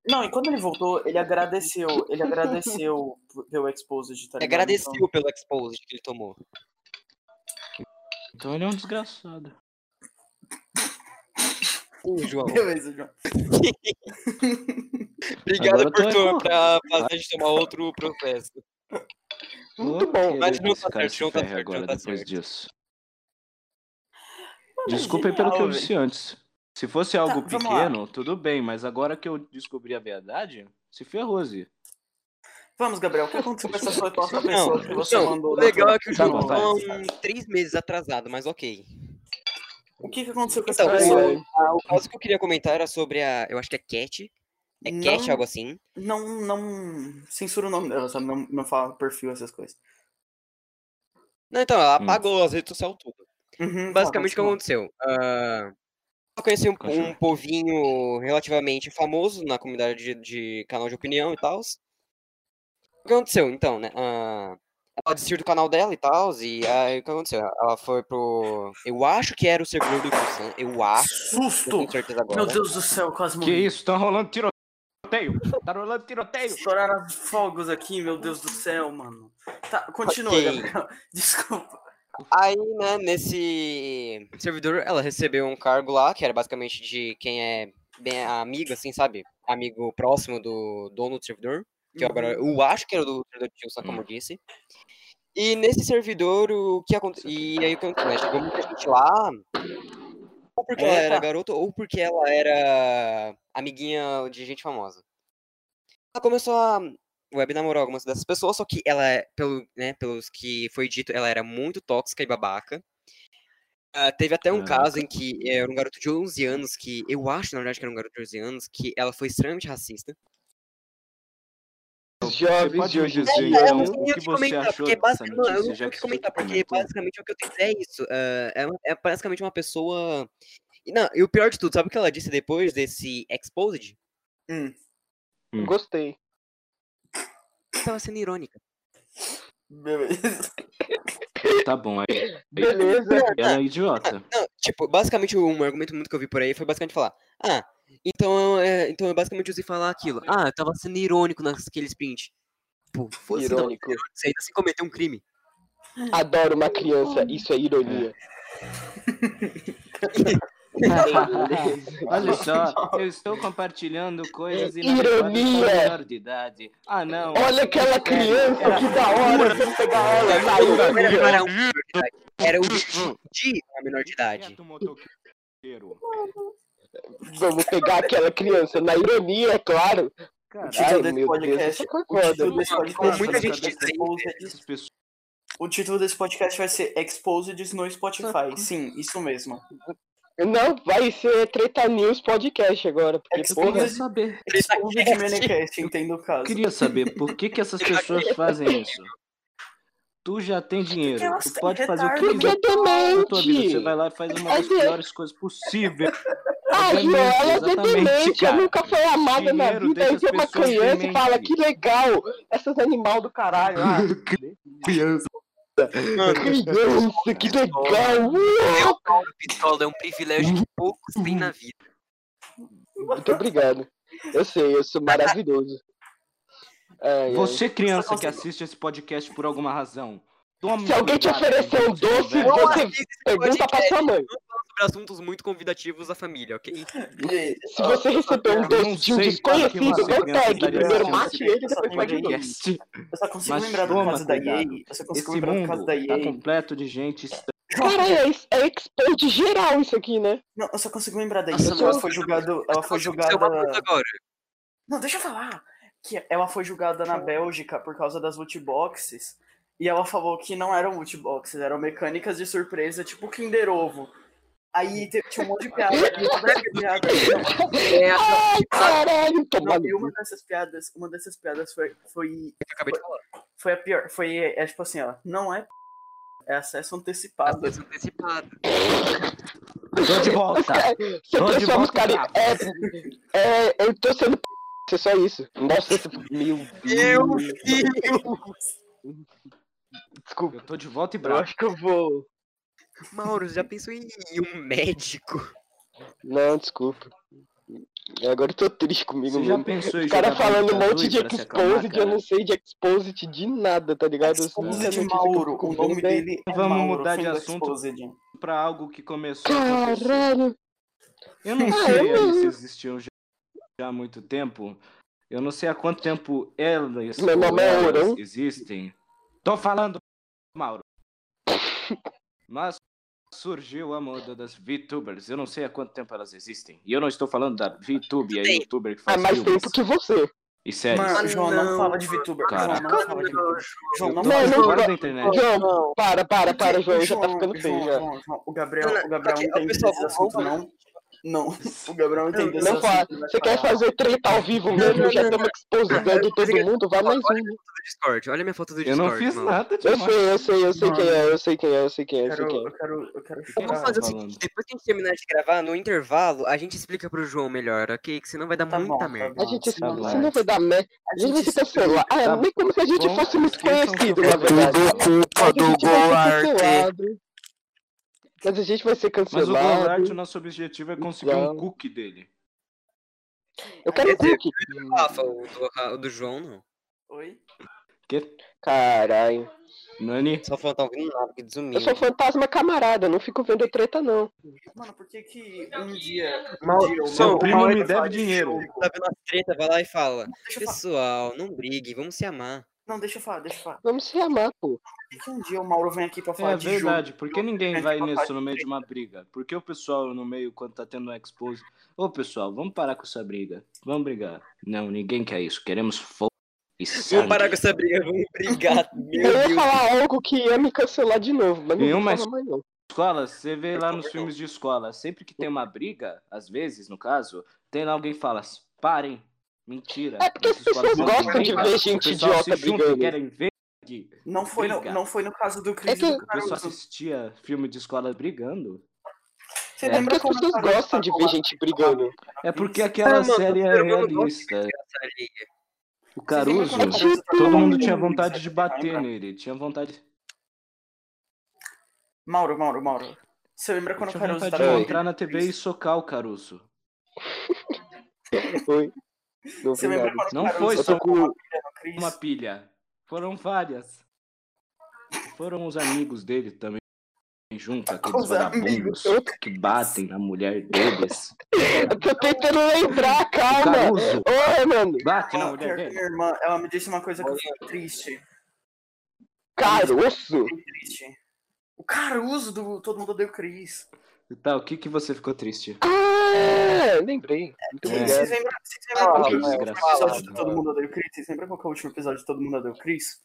Speaker 4: Não, e quando ele voltou, ele agradeceu. Ele agradeceu pelo Exposed, tá ligado?
Speaker 1: Agradeceu
Speaker 4: Então,
Speaker 1: pelo expose que ele tomou.
Speaker 3: Então ele é um desgraçado.
Speaker 1: Ô, [laughs] João.
Speaker 4: Então, Beleza, João.
Speaker 1: Obrigado
Speaker 3: Agora eu tô
Speaker 1: por, tu,
Speaker 3: reclamando.
Speaker 1: pra fazer a gente tomar outro processo.
Speaker 2: Muito bom.
Speaker 1: Mas não
Speaker 3: Esse
Speaker 1: tá
Speaker 3: cara
Speaker 1: certo,
Speaker 3: se
Speaker 1: não tá
Speaker 3: ferre
Speaker 1: certo,
Speaker 3: agora
Speaker 1: não tá
Speaker 3: depois
Speaker 1: certo.
Speaker 3: disso.
Speaker 4: Mano,
Speaker 3: Desculpem
Speaker 4: genial,
Speaker 3: pelo que eu
Speaker 4: velho.
Speaker 3: disse antes. Se fosse algo
Speaker 4: vamos lá.
Speaker 3: pequeno, tudo bem, mas agora que eu descobri a verdade, se ferrou, Zi.
Speaker 4: Vamos, Gabriel, o que aconteceu com essa sua próxima
Speaker 1: Não,
Speaker 4: pessoa que você
Speaker 1: não,
Speaker 4: mandou?
Speaker 1: o
Speaker 4: na
Speaker 1: legal
Speaker 4: tua-
Speaker 1: é que o
Speaker 3: Tá
Speaker 1: jogo
Speaker 3: bom, vai.
Speaker 1: tá um, três meses atrasado, mas ok.
Speaker 4: O que que aconteceu com essa
Speaker 1: Então,
Speaker 4: pessoa?
Speaker 3: é.
Speaker 1: o, a- o caso que eu queria comentar era sobre a. Eu acho que é Cat. É
Speaker 4: Não.
Speaker 1: Cat, algo assim.
Speaker 4: Não, não. Censura o nome dela, sabe? Não, não fala perfil, essas coisas.
Speaker 1: Não, então, ela
Speaker 3: Hum.
Speaker 1: apagou as redes sociais tudo.
Speaker 4: Uhum,
Speaker 1: Basicamente, o que
Speaker 4: tá, continua.
Speaker 1: aconteceu? Ah, eu conheci um,
Speaker 3: Continua.
Speaker 1: um povinho relativamente famoso na comunidade de, de canal de opinião e tal. O que aconteceu, então, né? Ah, ela desistiu do canal dela e tal, e aí o que aconteceu? Ela foi pro... Eu acho que era o servidor do Kusan, eu acho, não
Speaker 4: Susto!
Speaker 1: tenho certeza agora.
Speaker 4: Meu Deus do céu, quase
Speaker 3: Que
Speaker 4: morri.
Speaker 3: isso? Tá rolando tiroteio! Tá rolando tiroteio!
Speaker 4: Estouraram fogos aqui, meu Deus do céu, mano. Tá, continua,
Speaker 1: Ok.
Speaker 4: Gabriel. [laughs] Desculpa.
Speaker 1: Aí, né, nesse servidor, ela recebeu um cargo lá, que era basicamente de quem é bem amigo, assim, sabe? Amigo próximo do dono do servidor. Que eu agora eu acho que era do servidor de Tilson, como eu disse. E nesse servidor, o que aconteceu? E aí o que aconteceu? né, Chegou muita gente lá. Ou porque ela era
Speaker 4: Epa.
Speaker 1: garota, ou porque ela era amiguinha de gente famosa. Ela começou a web namorou algumas dessas pessoas, só que ela, é- pelo, né, pelos que foi dito, ela era muito tóxica e babaca. Ah, teve até um
Speaker 3: Caraca.
Speaker 1: caso em que era um garoto de 11 anos, que eu acho, na verdade, que era um garoto de 11 anos, que ela foi extremamente racista.
Speaker 3: Você
Speaker 2: Jovens
Speaker 3: pode
Speaker 4: um
Speaker 2: de
Speaker 3: me
Speaker 2: hoje em
Speaker 3: dizer,
Speaker 2: dia. é um
Speaker 3: então,
Speaker 1: não
Speaker 3: o que você achou
Speaker 1: porque
Speaker 3: dessa
Speaker 1: basicamente, não, eu
Speaker 3: notícia,
Speaker 1: não
Speaker 3: já
Speaker 1: tenho o
Speaker 3: que
Speaker 1: que
Speaker 3: você
Speaker 1: comentar, porque
Speaker 3: comentou?
Speaker 1: basicamente o que eu tenho é isso. ah, é, uma- é basicamente uma pessoa. E, não, e o pior de tudo, sabe o que ela disse depois desse Exposed?
Speaker 4: Hum,
Speaker 2: Hum. Gostei.
Speaker 1: Ela Tava sendo irônica.
Speaker 4: Beleza.
Speaker 3: Tá bom, aí.
Speaker 2: Beleza.
Speaker 3: Ela é idiota. [laughs]
Speaker 1: Não, tipo, basicamente um argumento muito que eu vi por aí foi basicamente falar. Ah, então eu, é, então eu basicamente usei falar aquilo. Ah, eu tava sendo irônico naquele sprint. Pô, foda-se, tava sendo
Speaker 2: Irônico.
Speaker 1: irônico, você ainda se cometeu um crime.
Speaker 2: Adoro uma criança. Isso é ironia. [laughs]
Speaker 3: Olha só, eu estou compartilhando coisas
Speaker 2: Ironia!
Speaker 3: inadequadas para menor de idade. Ah, não. É,
Speaker 2: Olha aquela criança, que da hora. Vamos pegar
Speaker 5: é
Speaker 2: ela. Tá
Speaker 1: Não era
Speaker 2: ironia.
Speaker 1: para um menor de idade, era o de uma menor de idade.
Speaker 3: Quieto, é motoqueiro.
Speaker 2: Vamos pegar aquela criança. Na ironia, é claro.
Speaker 4: O
Speaker 3: Caralho,
Speaker 4: título
Speaker 2: Ai,
Speaker 4: desse
Speaker 2: meu
Speaker 4: podcast.
Speaker 2: Deus, eu
Speaker 4: O título
Speaker 2: concordo.
Speaker 4: desse
Speaker 3: Como
Speaker 4: podcast.
Speaker 1: muita
Speaker 4: vai
Speaker 1: gente
Speaker 4: ser
Speaker 1: diz aí,
Speaker 4: Exposed.
Speaker 3: essas pessoas.
Speaker 4: O título desse podcast vai ser Exposed no [laughs] Spotify. Sim, isso mesmo.
Speaker 2: Não, vai ser Treta News Podcast agora.
Speaker 3: É
Speaker 2: Porque,
Speaker 4: Exposed.
Speaker 2: porra,
Speaker 3: Queria saber,
Speaker 4: Exposed Menecast, entendo o
Speaker 2: [laughs]
Speaker 4: caso.
Speaker 3: queria saber por que, que essas pessoas fazem isso. Tu já tem dinheiro.
Speaker 4: elas
Speaker 3: Tu
Speaker 4: têm
Speaker 3: pode fazer o que
Speaker 4: retardo
Speaker 3: quiser
Speaker 4: mental?
Speaker 3: na tua
Speaker 2: é
Speaker 3: vida. Você
Speaker 2: demente!
Speaker 3: vai lá e faz uma das
Speaker 2: Mas eu-
Speaker 3: piores coisas possíveis.
Speaker 2: Ai,
Speaker 3: Exatamente,
Speaker 2: não, Ah, ela é
Speaker 3: exatamente,
Speaker 2: demente,
Speaker 3: cara.
Speaker 2: eu nunca foi amada na
Speaker 3: Dinheiro
Speaker 2: vida. Aí
Speaker 3: deixa
Speaker 2: vem
Speaker 3: as
Speaker 2: uma
Speaker 3: pessoas
Speaker 2: criança e
Speaker 3: dementes.
Speaker 2: fala, que legal, essas animal do caralho.
Speaker 3: [laughs]
Speaker 2: Ah,
Speaker 6: Criança.
Speaker 2: criança, que legal.
Speaker 5: Meu Paulo Pistola é um privilégio que poucos têm na vida.
Speaker 2: Muito obrigado. Eu sei, eu sou maravilhoso. É, Ai, ai.
Speaker 3: Você, criança que
Speaker 4: consegue-
Speaker 3: assiste esse podcast por alguma razão, tome
Speaker 2: Se alguém te
Speaker 3: cuidado com
Speaker 2: oferecer um
Speaker 3: quem
Speaker 2: doce,
Speaker 3: você conversa.
Speaker 2: você pergunta pra sua mãe.
Speaker 1: sobre assuntos muito convidativos à família, ok?
Speaker 4: Gente,
Speaker 2: Se você receber um
Speaker 3: não
Speaker 2: doce de um
Speaker 3: sei qual que é uma
Speaker 2: desconhecido, não
Speaker 3: semelhança
Speaker 2: pegue.
Speaker 3: daria
Speaker 2: Primeiro
Speaker 3: assim,
Speaker 2: mate
Speaker 4: você
Speaker 2: ele, depois pegue
Speaker 4: tem
Speaker 2: o
Speaker 4: alguém-
Speaker 2: doce.
Speaker 3: Podcast.
Speaker 4: eu só consigo
Speaker 3: Mas
Speaker 4: lembrar do
Speaker 3: toma
Speaker 4: caso da
Speaker 3: cuidado.
Speaker 4: EA. Eu só consigo
Speaker 3: Esse
Speaker 4: lembrar do caso
Speaker 3: mundo
Speaker 4: da
Speaker 3: tá
Speaker 4: EA.
Speaker 3: completo de gente estranha.
Speaker 2: Cara, é, é expande geral isso aqui, né?
Speaker 4: Não, eu só consigo lembrar da EA.
Speaker 5: Nossa,
Speaker 4: porque Ela
Speaker 5: mano.
Speaker 4: foi julgada. Ela foi
Speaker 5: Aconteceu uma coisa
Speaker 4: julgada.
Speaker 5: agora.
Speaker 4: Não, deixa eu falar. Que ela foi julgada na Bélgica por causa das loot boxes. E ela falou que não eram loot boxes, eram mecânicas de surpresa, tipo Kinder Ovo. Aí teve, tinha um monte de piada. né? piada.
Speaker 5: É,
Speaker 2: Ai, caralho,
Speaker 4: Não,
Speaker 2: tomado.
Speaker 4: e uma dessas piadas, uma dessas piadas foi, foi,
Speaker 1: que eu acabei de falar.
Speaker 4: foi a pior. Foi, é, tipo assim, ó. Não é p****, é acesso antecipado.
Speaker 5: acesso antecipado.
Speaker 3: Tô de
Speaker 2: [laughs]
Speaker 3: volta.
Speaker 2: Você
Speaker 3: Tô de
Speaker 2: transforma os
Speaker 3: volta
Speaker 2: caras.
Speaker 3: bravo.
Speaker 2: É, é, eu tô sendo. p****, É só isso. Nossa, esse- meu
Speaker 1: Meu
Speaker 2: Deus. Desculpa.
Speaker 3: Eu tô de volta e
Speaker 2: Eu
Speaker 3: bravo.
Speaker 2: acho que eu vou.
Speaker 1: Mauro, já pensou em em um médico?
Speaker 2: Não, desculpa. Agora eu tô triste comigo
Speaker 3: Você já
Speaker 2: mesmo.
Speaker 3: pensou em
Speaker 2: O cara
Speaker 3: jogar
Speaker 2: falando um
Speaker 3: Bandicoot
Speaker 2: monte de
Speaker 3: pra se acalmar,
Speaker 2: exposit, eu
Speaker 3: cara?
Speaker 2: não sei de exposit de nada, tá ligado? Eu
Speaker 4: Exposed
Speaker 2: sinceramente
Speaker 4: de
Speaker 2: fico
Speaker 4: Mauro, o nome
Speaker 2: vendo,
Speaker 4: dele é
Speaker 3: Vamos
Speaker 4: Mauro,
Speaker 3: mudar de
Speaker 4: fim do
Speaker 3: assunto.
Speaker 4: Exposed.
Speaker 3: Pra algo que começou a acontecer.
Speaker 2: Caralho.
Speaker 3: Eu não
Speaker 2: Ah,
Speaker 3: sei
Speaker 2: eu
Speaker 3: eles
Speaker 2: não-
Speaker 3: existiam já, já há muito tempo. Eu não sei há quanto tempo elas,
Speaker 2: Meu
Speaker 3: ou
Speaker 2: nome é
Speaker 3: elas
Speaker 2: Ourão.
Speaker 3: existem. Tô falando, Mauro. Mas surgiu a moda das VTubers. Eu não sei há quanto tempo elas existem. E eu não estou falando da VTube, a
Speaker 5: Tem.
Speaker 3: youtuber que
Speaker 2: Há
Speaker 3: faz
Speaker 2: mais
Speaker 3: filmes
Speaker 2: tempo que você.
Speaker 3: e séries.
Speaker 4: Mano,
Speaker 5: Ah,
Speaker 4: João, não,
Speaker 5: não,
Speaker 4: fala de VTuber.
Speaker 3: É cara.
Speaker 4: João, não fala de VTuber. João, não
Speaker 3: Eu tô
Speaker 4: fala de
Speaker 2: não,
Speaker 3: fora
Speaker 2: não.
Speaker 3: da
Speaker 4: É.
Speaker 3: internet.
Speaker 2: João, para, para, para, João, já tá ficando feio
Speaker 4: João,
Speaker 2: já.
Speaker 4: João, João, O Gabriel,
Speaker 1: Não, não,
Speaker 4: o Gabriel
Speaker 1: aqui,
Speaker 4: não tem
Speaker 1: pessoal,
Speaker 4: esse assunto, não. Não, o Gabriel não tem esse
Speaker 2: Não fala.
Speaker 4: assunto.
Speaker 2: Você quer fazer treta ao vivo mesmo?
Speaker 1: não,
Speaker 2: Já
Speaker 1: não,
Speaker 2: estamos exposando todo mundo, vai mais um.
Speaker 5: Do Discord. Olha a minha foto do
Speaker 3: Eu
Speaker 5: Discord.
Speaker 3: não fiz
Speaker 5: mano.
Speaker 3: nada de
Speaker 2: Eu sei, eu sei, eu sei
Speaker 4: Não,
Speaker 2: quem é, eu sei quem é, eu sei quem é,
Speaker 4: Eu
Speaker 2: eu sei
Speaker 4: quero,
Speaker 2: quem é.
Speaker 4: eu quero, eu quero
Speaker 3: que
Speaker 1: Vamos
Speaker 4: chorar.
Speaker 1: fazer o
Speaker 3: falando.
Speaker 1: seguinte, depois que a gente terminar de gravar, no intervalo, a gente explica pro João melhor, ok? Que senão vai dar
Speaker 4: Tá bom,
Speaker 1: muita
Speaker 4: tá
Speaker 1: merda.
Speaker 4: bom.
Speaker 2: A gente,
Speaker 4: Nossa,
Speaker 2: isso
Speaker 3: vai.
Speaker 2: não vai dar merda. A gente vai se cancelar. Ah,
Speaker 3: Tá
Speaker 2: nem como se a gente
Speaker 3: bom,
Speaker 2: fosse muito
Speaker 3: esqueçam
Speaker 2: conhecido,
Speaker 3: seu
Speaker 2: na verdade.
Speaker 6: Tudo culpa
Speaker 2: Mas a
Speaker 6: do
Speaker 2: gente vai ser
Speaker 6: Goulart.
Speaker 2: cancelado. Mas a gente vai ser
Speaker 3: Mas o Goulart, o
Speaker 2: cancelado.
Speaker 3: nosso objetivo é conseguir
Speaker 2: Não.
Speaker 3: um cookie dele.
Speaker 2: Eu quero
Speaker 1: Quer dizer,
Speaker 2: cookie.
Speaker 1: Rafa, o do,
Speaker 5: ah,
Speaker 1: Ra- o do João não.
Speaker 4: Oi?
Speaker 3: Que?
Speaker 2: Caralho.
Speaker 3: Nani?
Speaker 1: Só falando, tá ouvindo nada, que desumilde.
Speaker 2: Eu sou fantasma camarada, não fico vendo treta, não.
Speaker 4: Mano, por que que um dia... um
Speaker 1: Mauro,
Speaker 4: dia o
Speaker 1: seu
Speaker 4: Mauro
Speaker 3: primo
Speaker 4: vai
Speaker 3: me deve
Speaker 4: falar de
Speaker 3: dinheiro.
Speaker 4: jogo?
Speaker 1: Tá vendo as treta, vai lá e fala.
Speaker 4: Deixa eu falar.
Speaker 1: Pessoal, não brigue, vamos se amar.
Speaker 4: Não, deixa eu falar, deixa eu falar.
Speaker 2: Vamos se amar, pô.
Speaker 4: Por que que um dia o Mauro vem aqui pra falar
Speaker 3: É
Speaker 4: de jogo?
Speaker 3: verdade, por que ninguém
Speaker 4: Gente,
Speaker 3: vai
Speaker 4: papai,
Speaker 3: nisso no meio de uma briga? Por que o pessoal no meio, quando tá tendo um expose, ô pessoal, vamos parar com essa briga, vamos brigar. Não, ninguém quer isso, queremos fogo e sangue.
Speaker 1: Vamos parar com essa briga, vamos brigar. Meu
Speaker 2: Eu ia
Speaker 1: Deus.
Speaker 2: falar algo que ia me cancelar de novo, mas não
Speaker 3: Nenhum
Speaker 2: vou
Speaker 3: mais-
Speaker 2: falar mais não.
Speaker 3: Escola, você vê lá nos filmes de escola, sempre que tem uma briga, às vezes, no caso, tem lá alguém que fala, parem, mentira.
Speaker 2: É porque as
Speaker 3: essas escolas
Speaker 2: pessoas
Speaker 3: não
Speaker 2: gostam de
Speaker 3: brigam,
Speaker 2: ver
Speaker 3: o
Speaker 2: gente
Speaker 3: pessoal se
Speaker 2: idiota
Speaker 3: junta,
Speaker 2: brigando.
Speaker 3: querem ver aqui.
Speaker 4: Não foi, no,
Speaker 3: Briga.
Speaker 4: não foi no caso do Cris
Speaker 2: É que
Speaker 4: e do
Speaker 3: O pessoal
Speaker 4: Caruso.
Speaker 3: assistia filme de escola brigando.
Speaker 4: Você
Speaker 3: É
Speaker 2: É porque
Speaker 4: lembra
Speaker 2: as
Speaker 4: como
Speaker 2: pessoas
Speaker 4: o Caruso
Speaker 2: gostam de ver
Speaker 4: tava
Speaker 2: gente
Speaker 4: lá-
Speaker 2: brigando.
Speaker 3: É porque
Speaker 4: Isso.
Speaker 3: aquela
Speaker 1: Ah, mano,
Speaker 3: série é
Speaker 1: eu não gosto de
Speaker 3: realista.
Speaker 1: tá
Speaker 3: O
Speaker 4: Você
Speaker 3: Caruso,
Speaker 4: lembra quando o Caruso tava
Speaker 3: todo
Speaker 4: lá
Speaker 3: mundo
Speaker 4: no-
Speaker 3: tinha vontade de bater
Speaker 4: Lembra?
Speaker 3: nele. Tinha vontade.
Speaker 4: Mauro, Mauro, Mauro. Você lembra quando o
Speaker 3: tinha
Speaker 4: Caruso
Speaker 3: vontade
Speaker 4: tava
Speaker 3: de
Speaker 2: bom.
Speaker 4: lá-
Speaker 3: entrar na TV e socar o Caruso.
Speaker 2: Foi. Não
Speaker 4: Você
Speaker 2: foi
Speaker 4: lembra
Speaker 2: nada.
Speaker 4: quando o
Speaker 3: Não
Speaker 4: Caruso
Speaker 3: foi
Speaker 4: tava
Speaker 3: só
Speaker 4: lá
Speaker 2: com
Speaker 4: no Cris?
Speaker 3: Uma pilha. Foram várias. Foram os amigos dele também. Junto, aqueles
Speaker 4: Os amigos.
Speaker 3: vagabundos que batem na mulher deles.
Speaker 2: Eu tô tentando lembrar,
Speaker 3: O
Speaker 2: calma.
Speaker 3: Caruso
Speaker 2: Ô, mano.
Speaker 3: bate na
Speaker 4: Não,
Speaker 3: mulher
Speaker 4: pior que
Speaker 3: dele.
Speaker 4: minha irmã, ela me disse uma coisa que eu fiquei triste.
Speaker 2: Caroço.
Speaker 4: Fiquei triste. O Caruso do Todo Mundo Odeia o Cris.
Speaker 3: E Tá, o que que você ficou triste?
Speaker 2: Ah, lembrei. Muito
Speaker 3: É.
Speaker 2: obrigado.
Speaker 4: Vocês lembram, vocês lembram
Speaker 2: Ah,
Speaker 4: qual que é o
Speaker 2: mas-
Speaker 4: último
Speaker 3: fala,
Speaker 4: episódio de Todo Mundo Odeia o Cris? Vocês lembram qual que é o último episódio de Todo Mundo Odeia o Cris?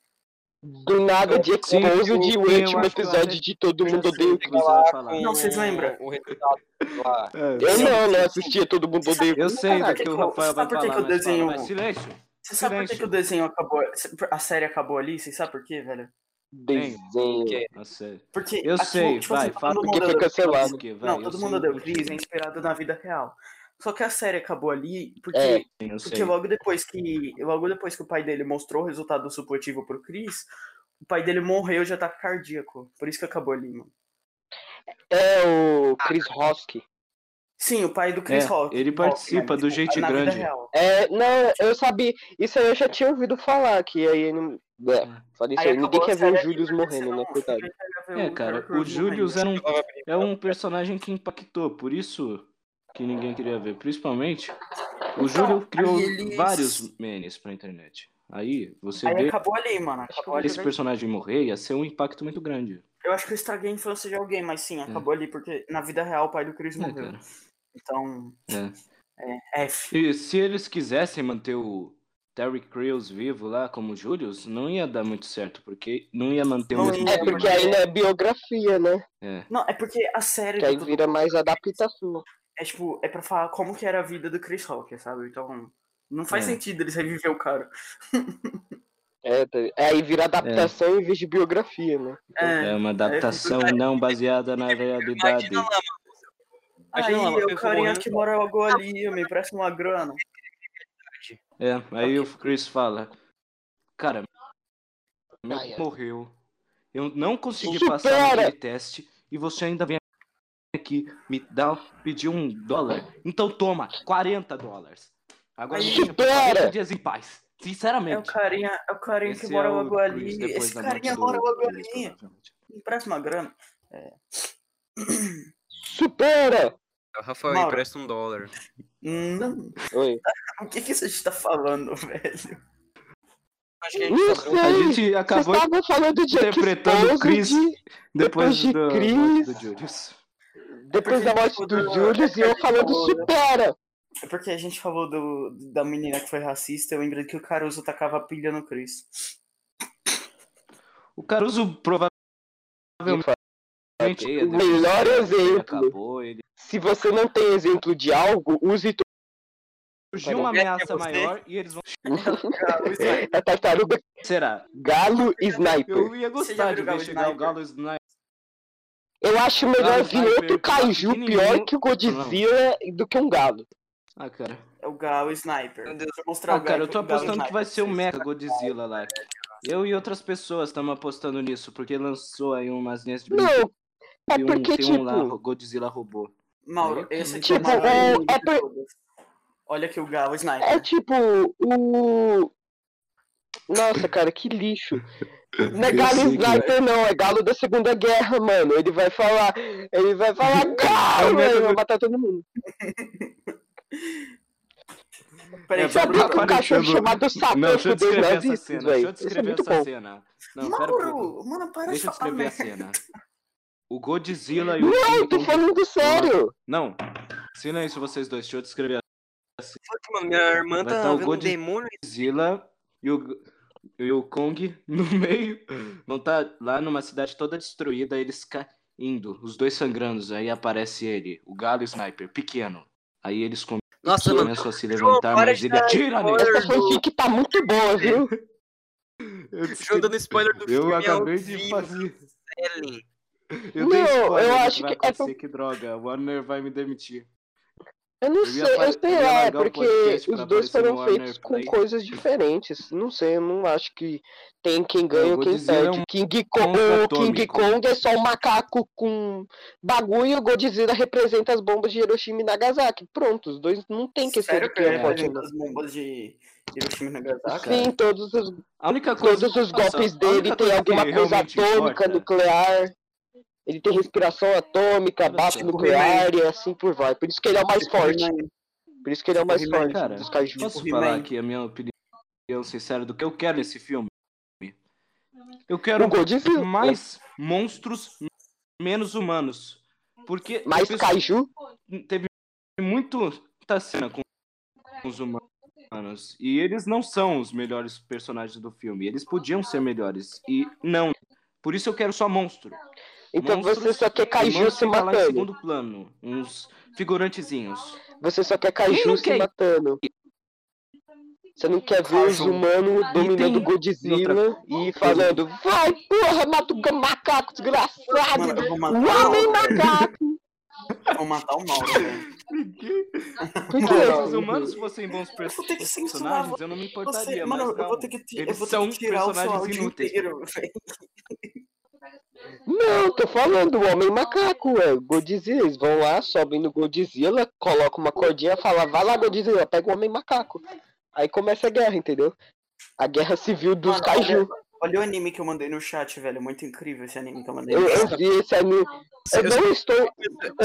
Speaker 2: Do nada de
Speaker 3: Sim,
Speaker 2: Exposed
Speaker 3: eu-
Speaker 2: de o
Speaker 3: eu
Speaker 2: último
Speaker 3: acho que eu
Speaker 2: episódio de Todo
Speaker 3: Eu já
Speaker 2: Mundo
Speaker 3: sei
Speaker 2: Odeia
Speaker 3: o
Speaker 2: o
Speaker 3: que
Speaker 2: Chris.
Speaker 3: você vai falar.
Speaker 4: Não, vocês lembram?
Speaker 1: O resultado lá.
Speaker 2: Eu
Speaker 3: É,
Speaker 2: não, não assistia Todo Mundo Odeia o
Speaker 3: Eu sei do
Speaker 4: Caralho,
Speaker 3: que o
Speaker 4: que eu-
Speaker 3: Rafael vai
Speaker 4: sabe por que
Speaker 3: falar,
Speaker 4: que eu
Speaker 3: mas fala,
Speaker 4: desenho-
Speaker 3: mas silêncio.
Speaker 4: Você sabe por que,
Speaker 3: Silêncio.
Speaker 4: que o desenho acabou, a série acabou ali? Vocês sabem por quê, velho?
Speaker 2: Desenho.
Speaker 1: Que-
Speaker 3: Eu sei.
Speaker 4: Porque tipo,
Speaker 3: Eu sei, vai, fala
Speaker 4: todo
Speaker 3: porque
Speaker 4: mundo
Speaker 2: foi
Speaker 4: deu
Speaker 2: cancelado.
Speaker 4: crise.
Speaker 3: Porque, vai,
Speaker 4: Não,
Speaker 3: eu
Speaker 4: todo
Speaker 3: sei
Speaker 4: mundo deu
Speaker 3: o motivo.
Speaker 4: crise, é inspirado na vida real. Só que a série acabou ali porque,
Speaker 2: É,
Speaker 3: Sim, eu
Speaker 4: porque
Speaker 3: sei.
Speaker 4: logo depois que logo depois que o pai dele mostrou o resultado do supletivo pro Chris, o pai dele morreu de ataque cardíaco. Por isso que acabou ali, mano.
Speaker 2: É o
Speaker 3: Ah,
Speaker 2: Chris Rock.
Speaker 4: Sim, o pai do Chris
Speaker 3: É,
Speaker 4: Rock.
Speaker 3: ele
Speaker 4: Rock,
Speaker 3: participa
Speaker 4: mas,
Speaker 3: do Gente
Speaker 4: na
Speaker 3: Grande.
Speaker 4: Vida real.
Speaker 2: É, não, eu sabia. Isso aí eu já tinha ouvido falar, que aí não. É, falei isso
Speaker 4: Aí
Speaker 2: aí,
Speaker 4: acabou
Speaker 2: ninguém
Speaker 4: a
Speaker 2: quer ver o
Speaker 4: série,
Speaker 2: Julius
Speaker 4: porque
Speaker 2: morrendo, né?
Speaker 4: senão você
Speaker 2: Coitado.
Speaker 4: quer ver
Speaker 3: É,
Speaker 4: Terry
Speaker 3: cara, o
Speaker 4: Crews
Speaker 3: Julius
Speaker 4: morrendo.
Speaker 3: era um, é um personagem que impactou, por isso que ninguém queria ver. Principalmente, o Júlio criou
Speaker 4: aí eles-
Speaker 3: vários memes pra internet. Aí você
Speaker 4: Aí
Speaker 3: vê
Speaker 4: acabou ali, mano. Acabou ali.
Speaker 3: esse personagem morrer, ia ser um impacto muito grande.
Speaker 4: Eu acho que eu estraguei a infância de alguém, mas sim, acabou ali, porque na vida real o pai do Chris
Speaker 3: É,
Speaker 4: morreu.
Speaker 3: cara.
Speaker 4: Então. É. F.
Speaker 3: né? E se eles quisessem manter o Terry Crews vivo lá como Júlio, não ia dar muito certo, porque não ia manter
Speaker 4: Não
Speaker 3: o mesmo
Speaker 4: ia,
Speaker 2: É
Speaker 3: clima.
Speaker 2: porque ainda é biografia, né?
Speaker 3: É.
Speaker 4: Não, é porque a série
Speaker 2: Que aí
Speaker 4: do-
Speaker 2: vira mais adaptação.
Speaker 4: é tipo, é pra falar como que era a vida do Chris Rock, sabe? Então. Não faz
Speaker 3: É.
Speaker 4: sentido eles reviver o cara.
Speaker 2: É, tá- é, aí vira adaptação em vez de biografia, né?
Speaker 4: É.
Speaker 3: É uma adaptação não baseada na realidade.
Speaker 5: Imagina lá,
Speaker 4: Aí
Speaker 5: Imagina lá, uma
Speaker 4: é o
Speaker 5: pessoa
Speaker 4: carinha
Speaker 5: morrendo.
Speaker 4: que mora logo ali, me presta uma grana.
Speaker 3: É, aí o Chris fala, cara, meu
Speaker 4: Tá,
Speaker 2: Ai, ai.
Speaker 3: morreu. Eu não consegui
Speaker 2: Supera!
Speaker 3: passar naquele teste e você ainda vem aqui me dar, pedir um dólar. Então toma, 40 dólares. Agora
Speaker 4: Ai,
Speaker 3: me deixa por
Speaker 2: supera!
Speaker 3: 40 dias em paz.
Speaker 4: É o
Speaker 3: Sinceramente.
Speaker 4: carinha, é o carinha que
Speaker 3: Esse
Speaker 4: mora
Speaker 3: é o
Speaker 4: logo
Speaker 3: Chris
Speaker 4: ali.
Speaker 3: depois
Speaker 4: Esse
Speaker 3: da morte
Speaker 4: carinha
Speaker 3: do
Speaker 4: mora logo
Speaker 3: Chris,
Speaker 4: ali.
Speaker 3: provavelmente.
Speaker 4: Me presta uma grana.
Speaker 2: Supera!
Speaker 5: É Rafael,
Speaker 4: Mauro.
Speaker 5: empresta um dólar.
Speaker 4: Não.
Speaker 2: Oi.
Speaker 4: O que que a gente tá falando, [laughs] velho?
Speaker 5: Acho que a gente
Speaker 2: Não
Speaker 5: tá-
Speaker 3: A
Speaker 2: sei!
Speaker 3: gente
Speaker 2: Vocês
Speaker 3: acabou
Speaker 2: estavam tá falando de
Speaker 3: interpretando o
Speaker 2: interpretando
Speaker 3: Chris.
Speaker 2: de...
Speaker 3: depois
Speaker 2: de
Speaker 3: do, da
Speaker 2: Chris.
Speaker 3: morte do Julius. É
Speaker 2: depois da morte do Julius e eu falando
Speaker 3: né?
Speaker 2: supera!
Speaker 4: É porque a gente falou do, da menina que foi racista, eu lembrei que o Caruso tacava pilha no Chris.
Speaker 3: O Caruso provavelmente...
Speaker 2: O melhor
Speaker 3: Ele
Speaker 2: exemplo.
Speaker 3: acabou, ele
Speaker 2: Se você não tem exemplo de algo, use tu-
Speaker 3: surgiu uma
Speaker 1: Parece que é você.
Speaker 3: ameaça maior e eles vão.
Speaker 4: Caruso,
Speaker 2: a É tartaruga
Speaker 3: Será?
Speaker 2: galo sniper.
Speaker 3: Eu ia
Speaker 4: Você já
Speaker 3: gostar de ver
Speaker 4: viu Galo
Speaker 3: chegar o
Speaker 4: Sniper?
Speaker 3: Galo Sniper.
Speaker 2: Eu acho melhor
Speaker 3: Galo
Speaker 2: vir
Speaker 3: sniper,
Speaker 2: outro kaiju
Speaker 3: pequenininho.
Speaker 2: pior que o Godzilla do que um galo.
Speaker 3: Ah, cara.
Speaker 4: é o Gal Sniper.
Speaker 5: Meu Deus.
Speaker 4: Deixa eu mostrar
Speaker 3: Ah,
Speaker 4: o
Speaker 3: cara,
Speaker 4: Gal-
Speaker 3: eu tô
Speaker 4: o Gal
Speaker 3: apostando que
Speaker 4: Sniper
Speaker 3: vai ser o
Speaker 4: pra vocês.
Speaker 3: Mega Godzilla lá. Eu e outras pessoas estamos apostando nisso, porque lançou aí umas linhas de brinquedo
Speaker 2: Não, é
Speaker 3: e um-
Speaker 2: porque,
Speaker 3: tem um lá,
Speaker 2: tipo,
Speaker 3: o Godzilla roubou.
Speaker 4: Mauro, esse aqui
Speaker 2: Tipo,
Speaker 4: é o maior
Speaker 2: o-
Speaker 4: inimigo
Speaker 2: é
Speaker 4: de
Speaker 2: por-
Speaker 4: todos. Olha aqui o Gal Sniper.
Speaker 2: é tipo o. Nossa, cara, que lixo. Não é
Speaker 3: Eu
Speaker 2: galo
Speaker 3: sei que vai.
Speaker 2: sniper, não, é galo da Segunda Guerra, mano. Ele vai falar. Ele vai falar
Speaker 3: [laughs] É o
Speaker 2: galo,
Speaker 3: mesmo
Speaker 2: mano, ele vai
Speaker 3: que-
Speaker 2: matar todo mundo.
Speaker 3: é,
Speaker 4: Peraí, deixa eu
Speaker 2: Sabia
Speaker 4: abrir
Speaker 2: que um
Speaker 4: o-
Speaker 3: aparecendo-
Speaker 2: cachorro chamado Satã
Speaker 3: Não, deixa
Speaker 2: fudeu
Speaker 3: eu
Speaker 2: os
Speaker 3: descrever essa
Speaker 2: nazistas,
Speaker 3: cena. Deixa eu
Speaker 2: velho? Isso é
Speaker 3: descrever
Speaker 2: muito
Speaker 3: essa
Speaker 2: bom.
Speaker 3: cena. Não, pera um pouco.
Speaker 4: Mauro, mano, para de
Speaker 3: Deixa eu
Speaker 4: falar
Speaker 3: descrever a
Speaker 4: merda.
Speaker 3: cena. O Godzilla e o.
Speaker 2: Não,
Speaker 3: King
Speaker 2: tô
Speaker 3: Kong-
Speaker 2: falando sério.
Speaker 3: Não. Silêncio vocês dois, deixa eu descrever a
Speaker 5: Putz, mano, minha irmã
Speaker 3: Vai
Speaker 5: tá
Speaker 3: tá o
Speaker 5: vendo um
Speaker 3: Gold-
Speaker 5: demônio.
Speaker 3: Godzilla e o, e o Kong no [laughs] meio. Vão tá lá numa cidade toda destruída, eles caindo, os dois sangrando. Aí aparece ele, o galo sniper, pequeno. Aí eles com-
Speaker 1: tá
Speaker 5: Nossa, mano.
Speaker 3: começam a se
Speaker 5: João,
Speaker 3: levantar,
Speaker 5: para
Speaker 3: mas
Speaker 5: de
Speaker 3: ele
Speaker 5: dar
Speaker 3: atira nele.
Speaker 5: spoiler
Speaker 2: Essa fanfic tá muito boa, viu?
Speaker 3: [laughs] Eu,
Speaker 5: João dando spoiler do
Speaker 3: eu
Speaker 5: filme. é
Speaker 3: acabei
Speaker 5: ao
Speaker 3: de
Speaker 5: vivo,
Speaker 3: fazer.
Speaker 5: Ellen.
Speaker 3: Eu
Speaker 2: Não,
Speaker 3: dei spoiler
Speaker 2: eu
Speaker 3: do
Speaker 2: acho
Speaker 3: vai
Speaker 2: que é
Speaker 3: acontecer, que droga. O Warner vai me demitir.
Speaker 2: Eu não
Speaker 3: Eu ia
Speaker 2: sei,
Speaker 3: fa-
Speaker 2: eu sei
Speaker 3: eu ia
Speaker 2: lá, é
Speaker 3: largar o
Speaker 2: porque
Speaker 3: podcast pra
Speaker 2: os dois
Speaker 3: aparecer no
Speaker 2: foram
Speaker 3: Warner
Speaker 2: feitos com
Speaker 3: Play.
Speaker 2: coisas diferentes. Não sei, eu não acho que tem quem ganha
Speaker 3: eu
Speaker 2: ou
Speaker 3: vou
Speaker 2: quem
Speaker 3: dizer, é
Speaker 2: perde.
Speaker 3: um
Speaker 2: King
Speaker 3: monstro
Speaker 2: Kong, o King
Speaker 3: atômico.
Speaker 2: Kong é só um macaco com bagulho e o Godzilla representa as bombas de Hiroshima e Nagasaki. Pronto, os dois não tem que ser
Speaker 4: Sério
Speaker 2: do
Speaker 4: que
Speaker 2: que
Speaker 4: eu
Speaker 2: é
Speaker 3: cara?
Speaker 4: represento
Speaker 2: Godzilla.
Speaker 4: as bombas de Hiroshima e Nagasaki?
Speaker 2: Sim, todos os,
Speaker 3: A única coisa.
Speaker 2: todos os
Speaker 3: Nossa,
Speaker 2: golpes
Speaker 3: a
Speaker 2: dele
Speaker 3: única
Speaker 2: tem
Speaker 3: coisa
Speaker 2: alguma
Speaker 3: que
Speaker 2: coisa
Speaker 3: realmente
Speaker 2: atômica,
Speaker 3: importa-
Speaker 2: nuclear. Ele tem respiração atômica,
Speaker 3: Olha
Speaker 2: bate
Speaker 3: só.
Speaker 2: nuclear
Speaker 3: é um
Speaker 2: e assim por vai. Por isso que ele é o mais forte. Por isso que ele é o mais
Speaker 4: He-Man,
Speaker 2: forte
Speaker 3: cara.
Speaker 2: dos kaijus.
Speaker 3: Posso
Speaker 4: He-Man.
Speaker 3: falar aqui a minha opinião sincera do que eu quero nesse filme? Eu
Speaker 2: O
Speaker 3: quero um
Speaker 2: Godzilla.
Speaker 3: mais monstros, menos humanos. Porque
Speaker 2: Mais
Speaker 3: eu penso
Speaker 2: kaiju.
Speaker 3: que teve muita cena com os humanos. E eles não são os melhores personagens do filme. Eles podiam ser melhores. E não. Por isso eu quero só monstro.
Speaker 2: Então
Speaker 3: Monstros,
Speaker 2: você só quer kaiju
Speaker 3: Humanos
Speaker 2: se
Speaker 3: fica lá em
Speaker 2: matando.
Speaker 3: segundo plano. Uns figurantezinhos.
Speaker 2: Você só quer
Speaker 3: Quem não
Speaker 2: kaiju se
Speaker 3: quer?
Speaker 2: matando. Você não quer ver os
Speaker 3: Caju.
Speaker 2: humanos dominando
Speaker 3: tem
Speaker 2: Godzilla e falando Vai, porra, mata o macaco
Speaker 4: Mano,
Speaker 2: desgraçado!
Speaker 4: eu vou
Speaker 2: O
Speaker 4: matar o
Speaker 2: homem
Speaker 4: Mauro.
Speaker 3: [laughs]
Speaker 2: macaco!
Speaker 4: Eu Vou matar o Mauro, velho.
Speaker 2: Por que
Speaker 3: Cara, se os
Speaker 2: não?
Speaker 3: humanos fossem bons
Speaker 4: Eu vou ter que censurar
Speaker 3: personagens, eu não me
Speaker 4: Você,
Speaker 3: importaria.
Speaker 4: mano,
Speaker 3: mas um
Speaker 4: eu vou
Speaker 3: não.
Speaker 4: ter que, ti- eu
Speaker 3: Eles
Speaker 4: vou ter
Speaker 3: são
Speaker 4: que tirar o seu
Speaker 3: personagens
Speaker 4: áudio
Speaker 3: inúteis.
Speaker 4: inteiro, velho.
Speaker 2: Não, tô falando, o homem macaco, é o Godzilla. Eles vão lá, sobem no Godzilla, colocam uma cordinha e falam, vai lá, Godzilla, pega o homem macaco. Aí começa a guerra, entendeu? A guerra civil dos
Speaker 4: Mano,
Speaker 2: Kaiju.
Speaker 4: Olha o anime que eu mandei no chat, velho. É Muito incrível esse anime que eu mandei.
Speaker 2: Eu, eu vi esse anime. Eu não estou.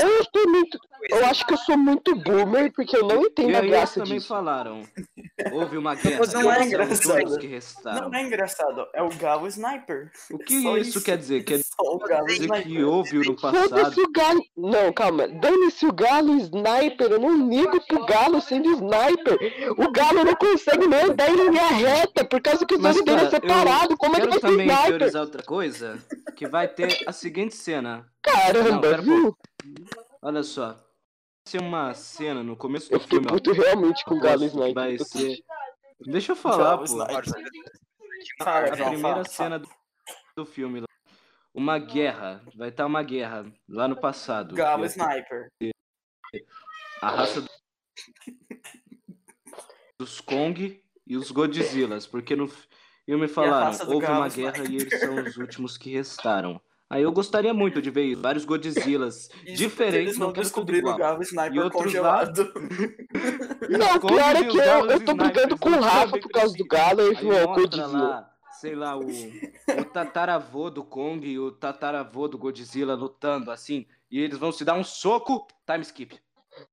Speaker 2: Eu estou muito. Eu acho que eu sou muito boomer, porque eu não
Speaker 3: E
Speaker 2: entendo a
Speaker 3: aí eles
Speaker 2: graça
Speaker 3: também
Speaker 2: disso.
Speaker 3: falaram. Houve uma guerra.
Speaker 4: Mas não é
Speaker 3: Foram
Speaker 4: engraçado.
Speaker 3: todos que restaram.
Speaker 4: Não é engraçado, é o Galo Sniper.
Speaker 3: O que
Speaker 4: Só
Speaker 3: isso quer dizer? Quer
Speaker 4: [laughs] Só o Galo
Speaker 3: dizer que
Speaker 4: Sniper.
Speaker 3: houve no passado
Speaker 2: Foda-se o galo. Não, calma. Dane-se o galo sniper. Eu não ligo pro galo sendo sniper. O galo não consegue nem andar em linha reta por causa que o
Speaker 3: Mas,
Speaker 2: olhos dele é
Speaker 3: cara, eu
Speaker 2: separado. Como é que
Speaker 3: Quero
Speaker 2: vai ser
Speaker 3: também
Speaker 2: sniper?
Speaker 3: teorizar outra coisa, que vai ter a seguinte cena. Não,
Speaker 2: Caramba,
Speaker 3: pera, um
Speaker 2: viu?
Speaker 3: Olha só. Vai ser uma cena no começo
Speaker 2: Eu
Speaker 3: do
Speaker 2: fiquei
Speaker 3: filme. ó,
Speaker 2: puto realmente com o galo sniper.
Speaker 3: Vai
Speaker 2: Eu tô
Speaker 3: ser... Deixa eu falar,
Speaker 4: Galo
Speaker 3: pô.
Speaker 4: Sniper.
Speaker 3: A
Speaker 4: Fala, João,
Speaker 3: primeira
Speaker 4: fala,
Speaker 3: cena do, do filme. lá. Uma guerra. Vai estar uma guerra lá no passado.
Speaker 4: fala. Galo
Speaker 3: Eu-
Speaker 4: Sniper.
Speaker 3: A raça do- dos Kong e os Godzillas, porque no filme falaram,
Speaker 4: raça do
Speaker 3: houve uma
Speaker 4: Galo
Speaker 3: guerra e eles são os últimos que restaram. Aí eu gostaria muito de ver isso, vários Godzillas
Speaker 4: Isso,
Speaker 3: diferentes,
Speaker 4: Eles
Speaker 3: não
Speaker 4: não
Speaker 3: quero tudo
Speaker 4: descobriram o
Speaker 3: igual.
Speaker 4: Galo
Speaker 3: E
Speaker 4: Sniper
Speaker 3: outros
Speaker 4: congelado.
Speaker 2: Não, o
Speaker 3: Como
Speaker 2: pior é
Speaker 3: que
Speaker 2: que
Speaker 3: o
Speaker 2: eu,
Speaker 3: Galo
Speaker 2: eu tô
Speaker 3: Sniper
Speaker 2: brigando com o
Speaker 3: não
Speaker 2: Rafa
Speaker 3: sabe
Speaker 2: por causa do Galo e
Speaker 3: Aí
Speaker 2: o é,
Speaker 3: mostra
Speaker 2: Godzilla.
Speaker 3: lá, sei lá, o, o tataravô do Kong e o tataravô do Godzilla lutando assim, e eles vão se dar um soco, time skip.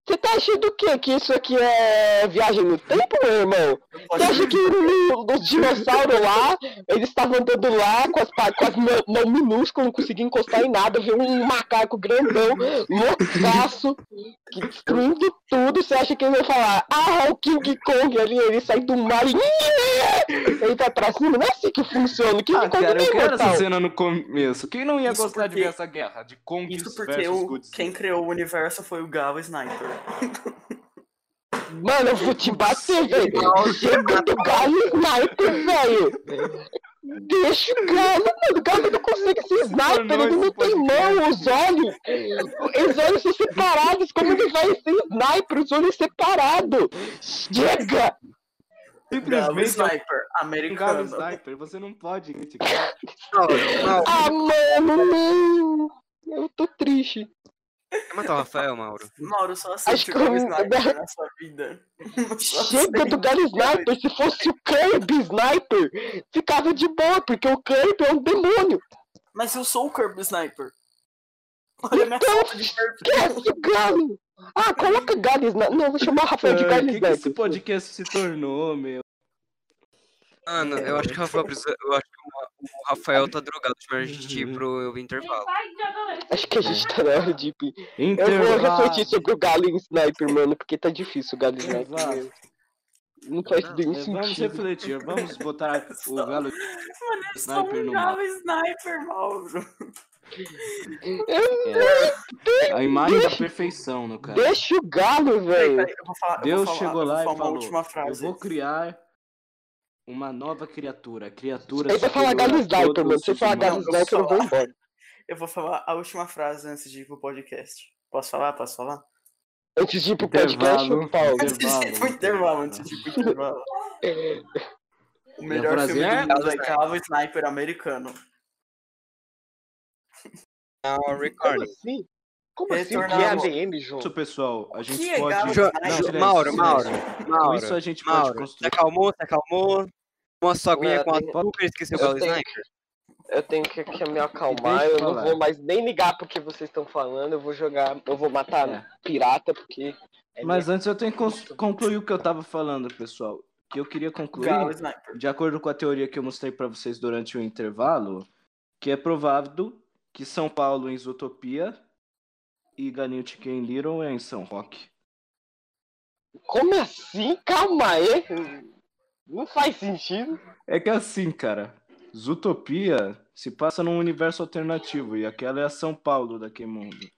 Speaker 2: Você tá achando o quê? Que isso aqui é viagem no tempo, meu irmão? Você acha que o- os dinossauros lá, eles estavam andando lá com as, pa- com as mãos mão minúsculas, não conseguia encostar em nada, viu um macaco grandão, loucaço, que destruindo tudo. Você acha que ele vai falar, ah, o King Kong ali, ele sai do mar e [laughs] ele vai pra cima? Não é assim que funciona. O King
Speaker 3: Ah,
Speaker 2: Kong é
Speaker 3: cara,
Speaker 2: nem
Speaker 3: eu quero essa
Speaker 2: mortal.
Speaker 3: cena no começo. Quem não ia
Speaker 4: Isso
Speaker 3: gostar de
Speaker 4: porque-
Speaker 3: ver essa guerra de Kong
Speaker 4: [laughs] Isso porque
Speaker 3: versus
Speaker 4: o,
Speaker 3: Godzilla?
Speaker 4: quem criou o universo foi o Galo
Speaker 3: [laughs]
Speaker 4: Sniper.
Speaker 2: Mano, eu vou te bater, velho. Chega do galo sniper, velho. Deixa o galo, mano. O galo não consegue ser sniper.
Speaker 3: tornou
Speaker 2: Ele não
Speaker 3: esse
Speaker 2: tem
Speaker 3: podcast.
Speaker 2: mão, os olhos. Os olhos são separados. Como ele vai ser sniper? Os olhos separados. Chega!
Speaker 4: Galo
Speaker 3: Simplesmente é [laughs]
Speaker 4: Sniper,
Speaker 3: um galo
Speaker 4: americano.
Speaker 3: sniper. Você não pode criticar.
Speaker 2: Ah, mano, não. Eu tô triste.
Speaker 1: Quer matar o Rafael, Mauro?
Speaker 4: Mauro, só assiste
Speaker 2: Acho
Speaker 4: o
Speaker 2: que
Speaker 4: Galo
Speaker 2: eu-
Speaker 4: Sniper na sua vida. [laughs] Só
Speaker 2: Chega do galo sniper. Se fosse o Kirby sniper, ficava de boa, porque o Kirby é um demônio.
Speaker 4: Mas eu sou o Kirby Sniper. Olha a minha
Speaker 2: Então,
Speaker 4: foto de perfil.
Speaker 2: Esquece o galo! Ah, coloca galo Sniper. Não, eu vou chamar o Rafael de
Speaker 3: Ai,
Speaker 2: galo
Speaker 3: que, é que esse
Speaker 2: Sniper.
Speaker 3: podcast se tornou, meu?
Speaker 5: Mano, eu acho que o Rafael precisa. Eu acho que o- o Rafael tá drogado. Acho melhor a gente ir pro [laughs] intervalo.
Speaker 2: Acho que a gente tá na hora de ir. Eu vou
Speaker 3: Intervalo.
Speaker 2: refletir sobre o galo e o Sniper, mano, porque tá difícil o galo Sniper.
Speaker 3: Exato.
Speaker 2: mesmo. Não faz nenhum
Speaker 3: É, Vamos
Speaker 2: sentido.
Speaker 3: refletir. Vamos botar o galo
Speaker 4: Mano, eu sou
Speaker 3: Sniper
Speaker 4: um
Speaker 3: no
Speaker 4: Galo Sniper, Mauro.
Speaker 3: É, a imagem da perfeição, no cara.
Speaker 2: Deixa o galo,
Speaker 4: Peraí,
Speaker 2: velho.
Speaker 4: peraí, eu vou falar, eu
Speaker 3: Deus
Speaker 4: vou falar,
Speaker 3: chegou
Speaker 4: eu vou
Speaker 3: lá e
Speaker 4: falar uma
Speaker 3: falou:
Speaker 4: última
Speaker 3: Eu
Speaker 4: frase.
Speaker 3: vou criar uma nova criatura. Criatura.
Speaker 2: Aí você fala galo
Speaker 3: superior a tipo
Speaker 2: Sniper,
Speaker 3: todos
Speaker 2: mano. Se
Speaker 3: os
Speaker 2: falar
Speaker 3: humanos.
Speaker 2: galo
Speaker 4: humanos.
Speaker 2: Sniper, eu vou embora.
Speaker 4: Eu vou falar a última frase antes de ir pro podcast. Posso falar? Posso falar?
Speaker 2: Antes de ir pro podcast,
Speaker 3: Intervalo.
Speaker 2: eu falo.
Speaker 4: Antes de ir pro um intervalo, antes de ir pro intervalo. O melhor
Speaker 3: frase
Speaker 4: filme
Speaker 3: é
Speaker 4: do mundo é Galo Sniper americano.
Speaker 1: Now
Speaker 2: Como [laughs]
Speaker 1: recording.
Speaker 2: assim? Como assim? O que é
Speaker 4: Retornar ao-
Speaker 2: ADM, João?
Speaker 3: Isso, pessoal. A gente
Speaker 4: que é
Speaker 3: pode.
Speaker 4: galo
Speaker 1: Jo-
Speaker 4: Não,
Speaker 1: Jo-
Speaker 4: silêncio,
Speaker 1: Mauro, Mauro,
Speaker 3: Com
Speaker 1: Mauro.
Speaker 3: isso a gente pode
Speaker 1: Mauro, se
Speaker 3: construir.
Speaker 1: acalmou, se acalmou. Com a sua aguinha
Speaker 2: Não,
Speaker 1: com a
Speaker 2: tem-
Speaker 1: super esqueceu o
Speaker 2: eu
Speaker 1: Galo
Speaker 2: tenho-
Speaker 1: Sniper.
Speaker 2: Eu tenho que, que me
Speaker 3: Deixa
Speaker 2: acalmar,
Speaker 3: eu
Speaker 2: eu não
Speaker 3: falar.
Speaker 2: vou mais nem ligar pro que vocês estão falando, eu vou jogar, eu vou matar
Speaker 3: É.
Speaker 2: pirata, porque. é
Speaker 3: Mas antes eu tenho que cons- concluir o que eu tava falando, pessoal. Que eu queria concluir,
Speaker 4: Galo Sniper.
Speaker 3: de acordo com a teoria que eu mostrei pra vocês durante o intervalo, que é provável que São Paulo em Zootopia e Galinho Chicken Little é em São Roque.
Speaker 2: minha- Como assim? Calma aí! Não faz sentido.
Speaker 3: É que é assim, cara, Zootopia se passa num universo alternativo e aquela é a São Paulo daquele mundo.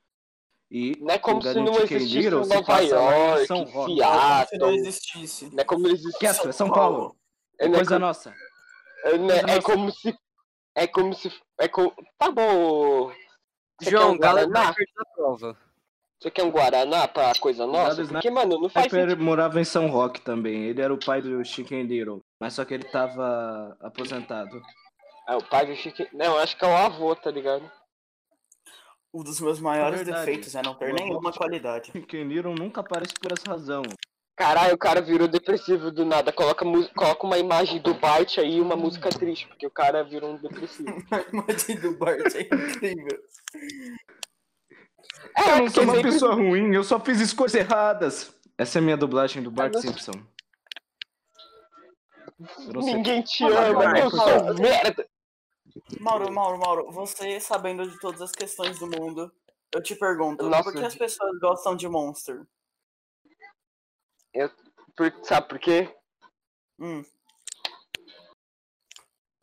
Speaker 3: E
Speaker 2: Não é como
Speaker 3: lugar
Speaker 2: se não
Speaker 3: onde
Speaker 2: existisse
Speaker 3: Kenjiro se
Speaker 2: Nova
Speaker 3: passa lá em
Speaker 2: York,
Speaker 3: São Roque.
Speaker 4: Se não
Speaker 2: Seattle.
Speaker 4: existisse.
Speaker 2: Não é como se existisse.
Speaker 3: Quieto, é São Paulo.
Speaker 2: É, não é
Speaker 3: Coisa
Speaker 2: como-
Speaker 3: nossa.
Speaker 2: é, né,
Speaker 3: coisa
Speaker 2: é
Speaker 3: nossa.
Speaker 2: como se. É como se. É como. Tá bom. Você quer
Speaker 5: João,
Speaker 2: um
Speaker 5: Galo
Speaker 2: Guaraná?
Speaker 5: tá perto da prova.
Speaker 2: Você quer um Guaraná pra coisa nossa?
Speaker 3: Guaraná.
Speaker 2: Porque, mano, não faz
Speaker 3: Piper
Speaker 2: sentido.
Speaker 3: morava em São Roque também. Ele era o pai do Chicken Little. Mas só que ele tava aposentado.
Speaker 2: É, o pai do Chique. Não, eu acho que é o avô, tá ligado?
Speaker 4: Um dos meus maiores
Speaker 3: Verdade.
Speaker 4: defeitos é não ter
Speaker 3: Uma
Speaker 4: nenhuma
Speaker 3: bosta.
Speaker 4: [laughs] qualidade.
Speaker 3: Chicken Little nunca aparece por essa razão.
Speaker 2: Caralho, o cara virou depressivo do nada. Coloca, mu- coloca uma imagem do Byte aí e uma música triste, porque o cara virou um [laughs] depressivo.
Speaker 4: Imagina do Bart, é incrível.
Speaker 2: É,
Speaker 3: Eu não
Speaker 2: porque
Speaker 3: sou uma
Speaker 2: sempre-
Speaker 3: pessoa ruim, eu só fiz escolhas erradas. Essa é a minha dublagem do Bart Simpson. Eu não sei.
Speaker 2: Ninguém te
Speaker 3: Fala,
Speaker 2: ama,
Speaker 3: Marcos.
Speaker 2: eu sou um merda.
Speaker 4: Mauro, Mauro, Mauro, você sabendo de todas as questões do mundo, eu te pergunto,
Speaker 2: Nossa,
Speaker 4: por que
Speaker 2: eu
Speaker 4: as
Speaker 2: di-
Speaker 4: pessoas gostam de Monster?
Speaker 2: Por- sabe por quê?
Speaker 4: Hum,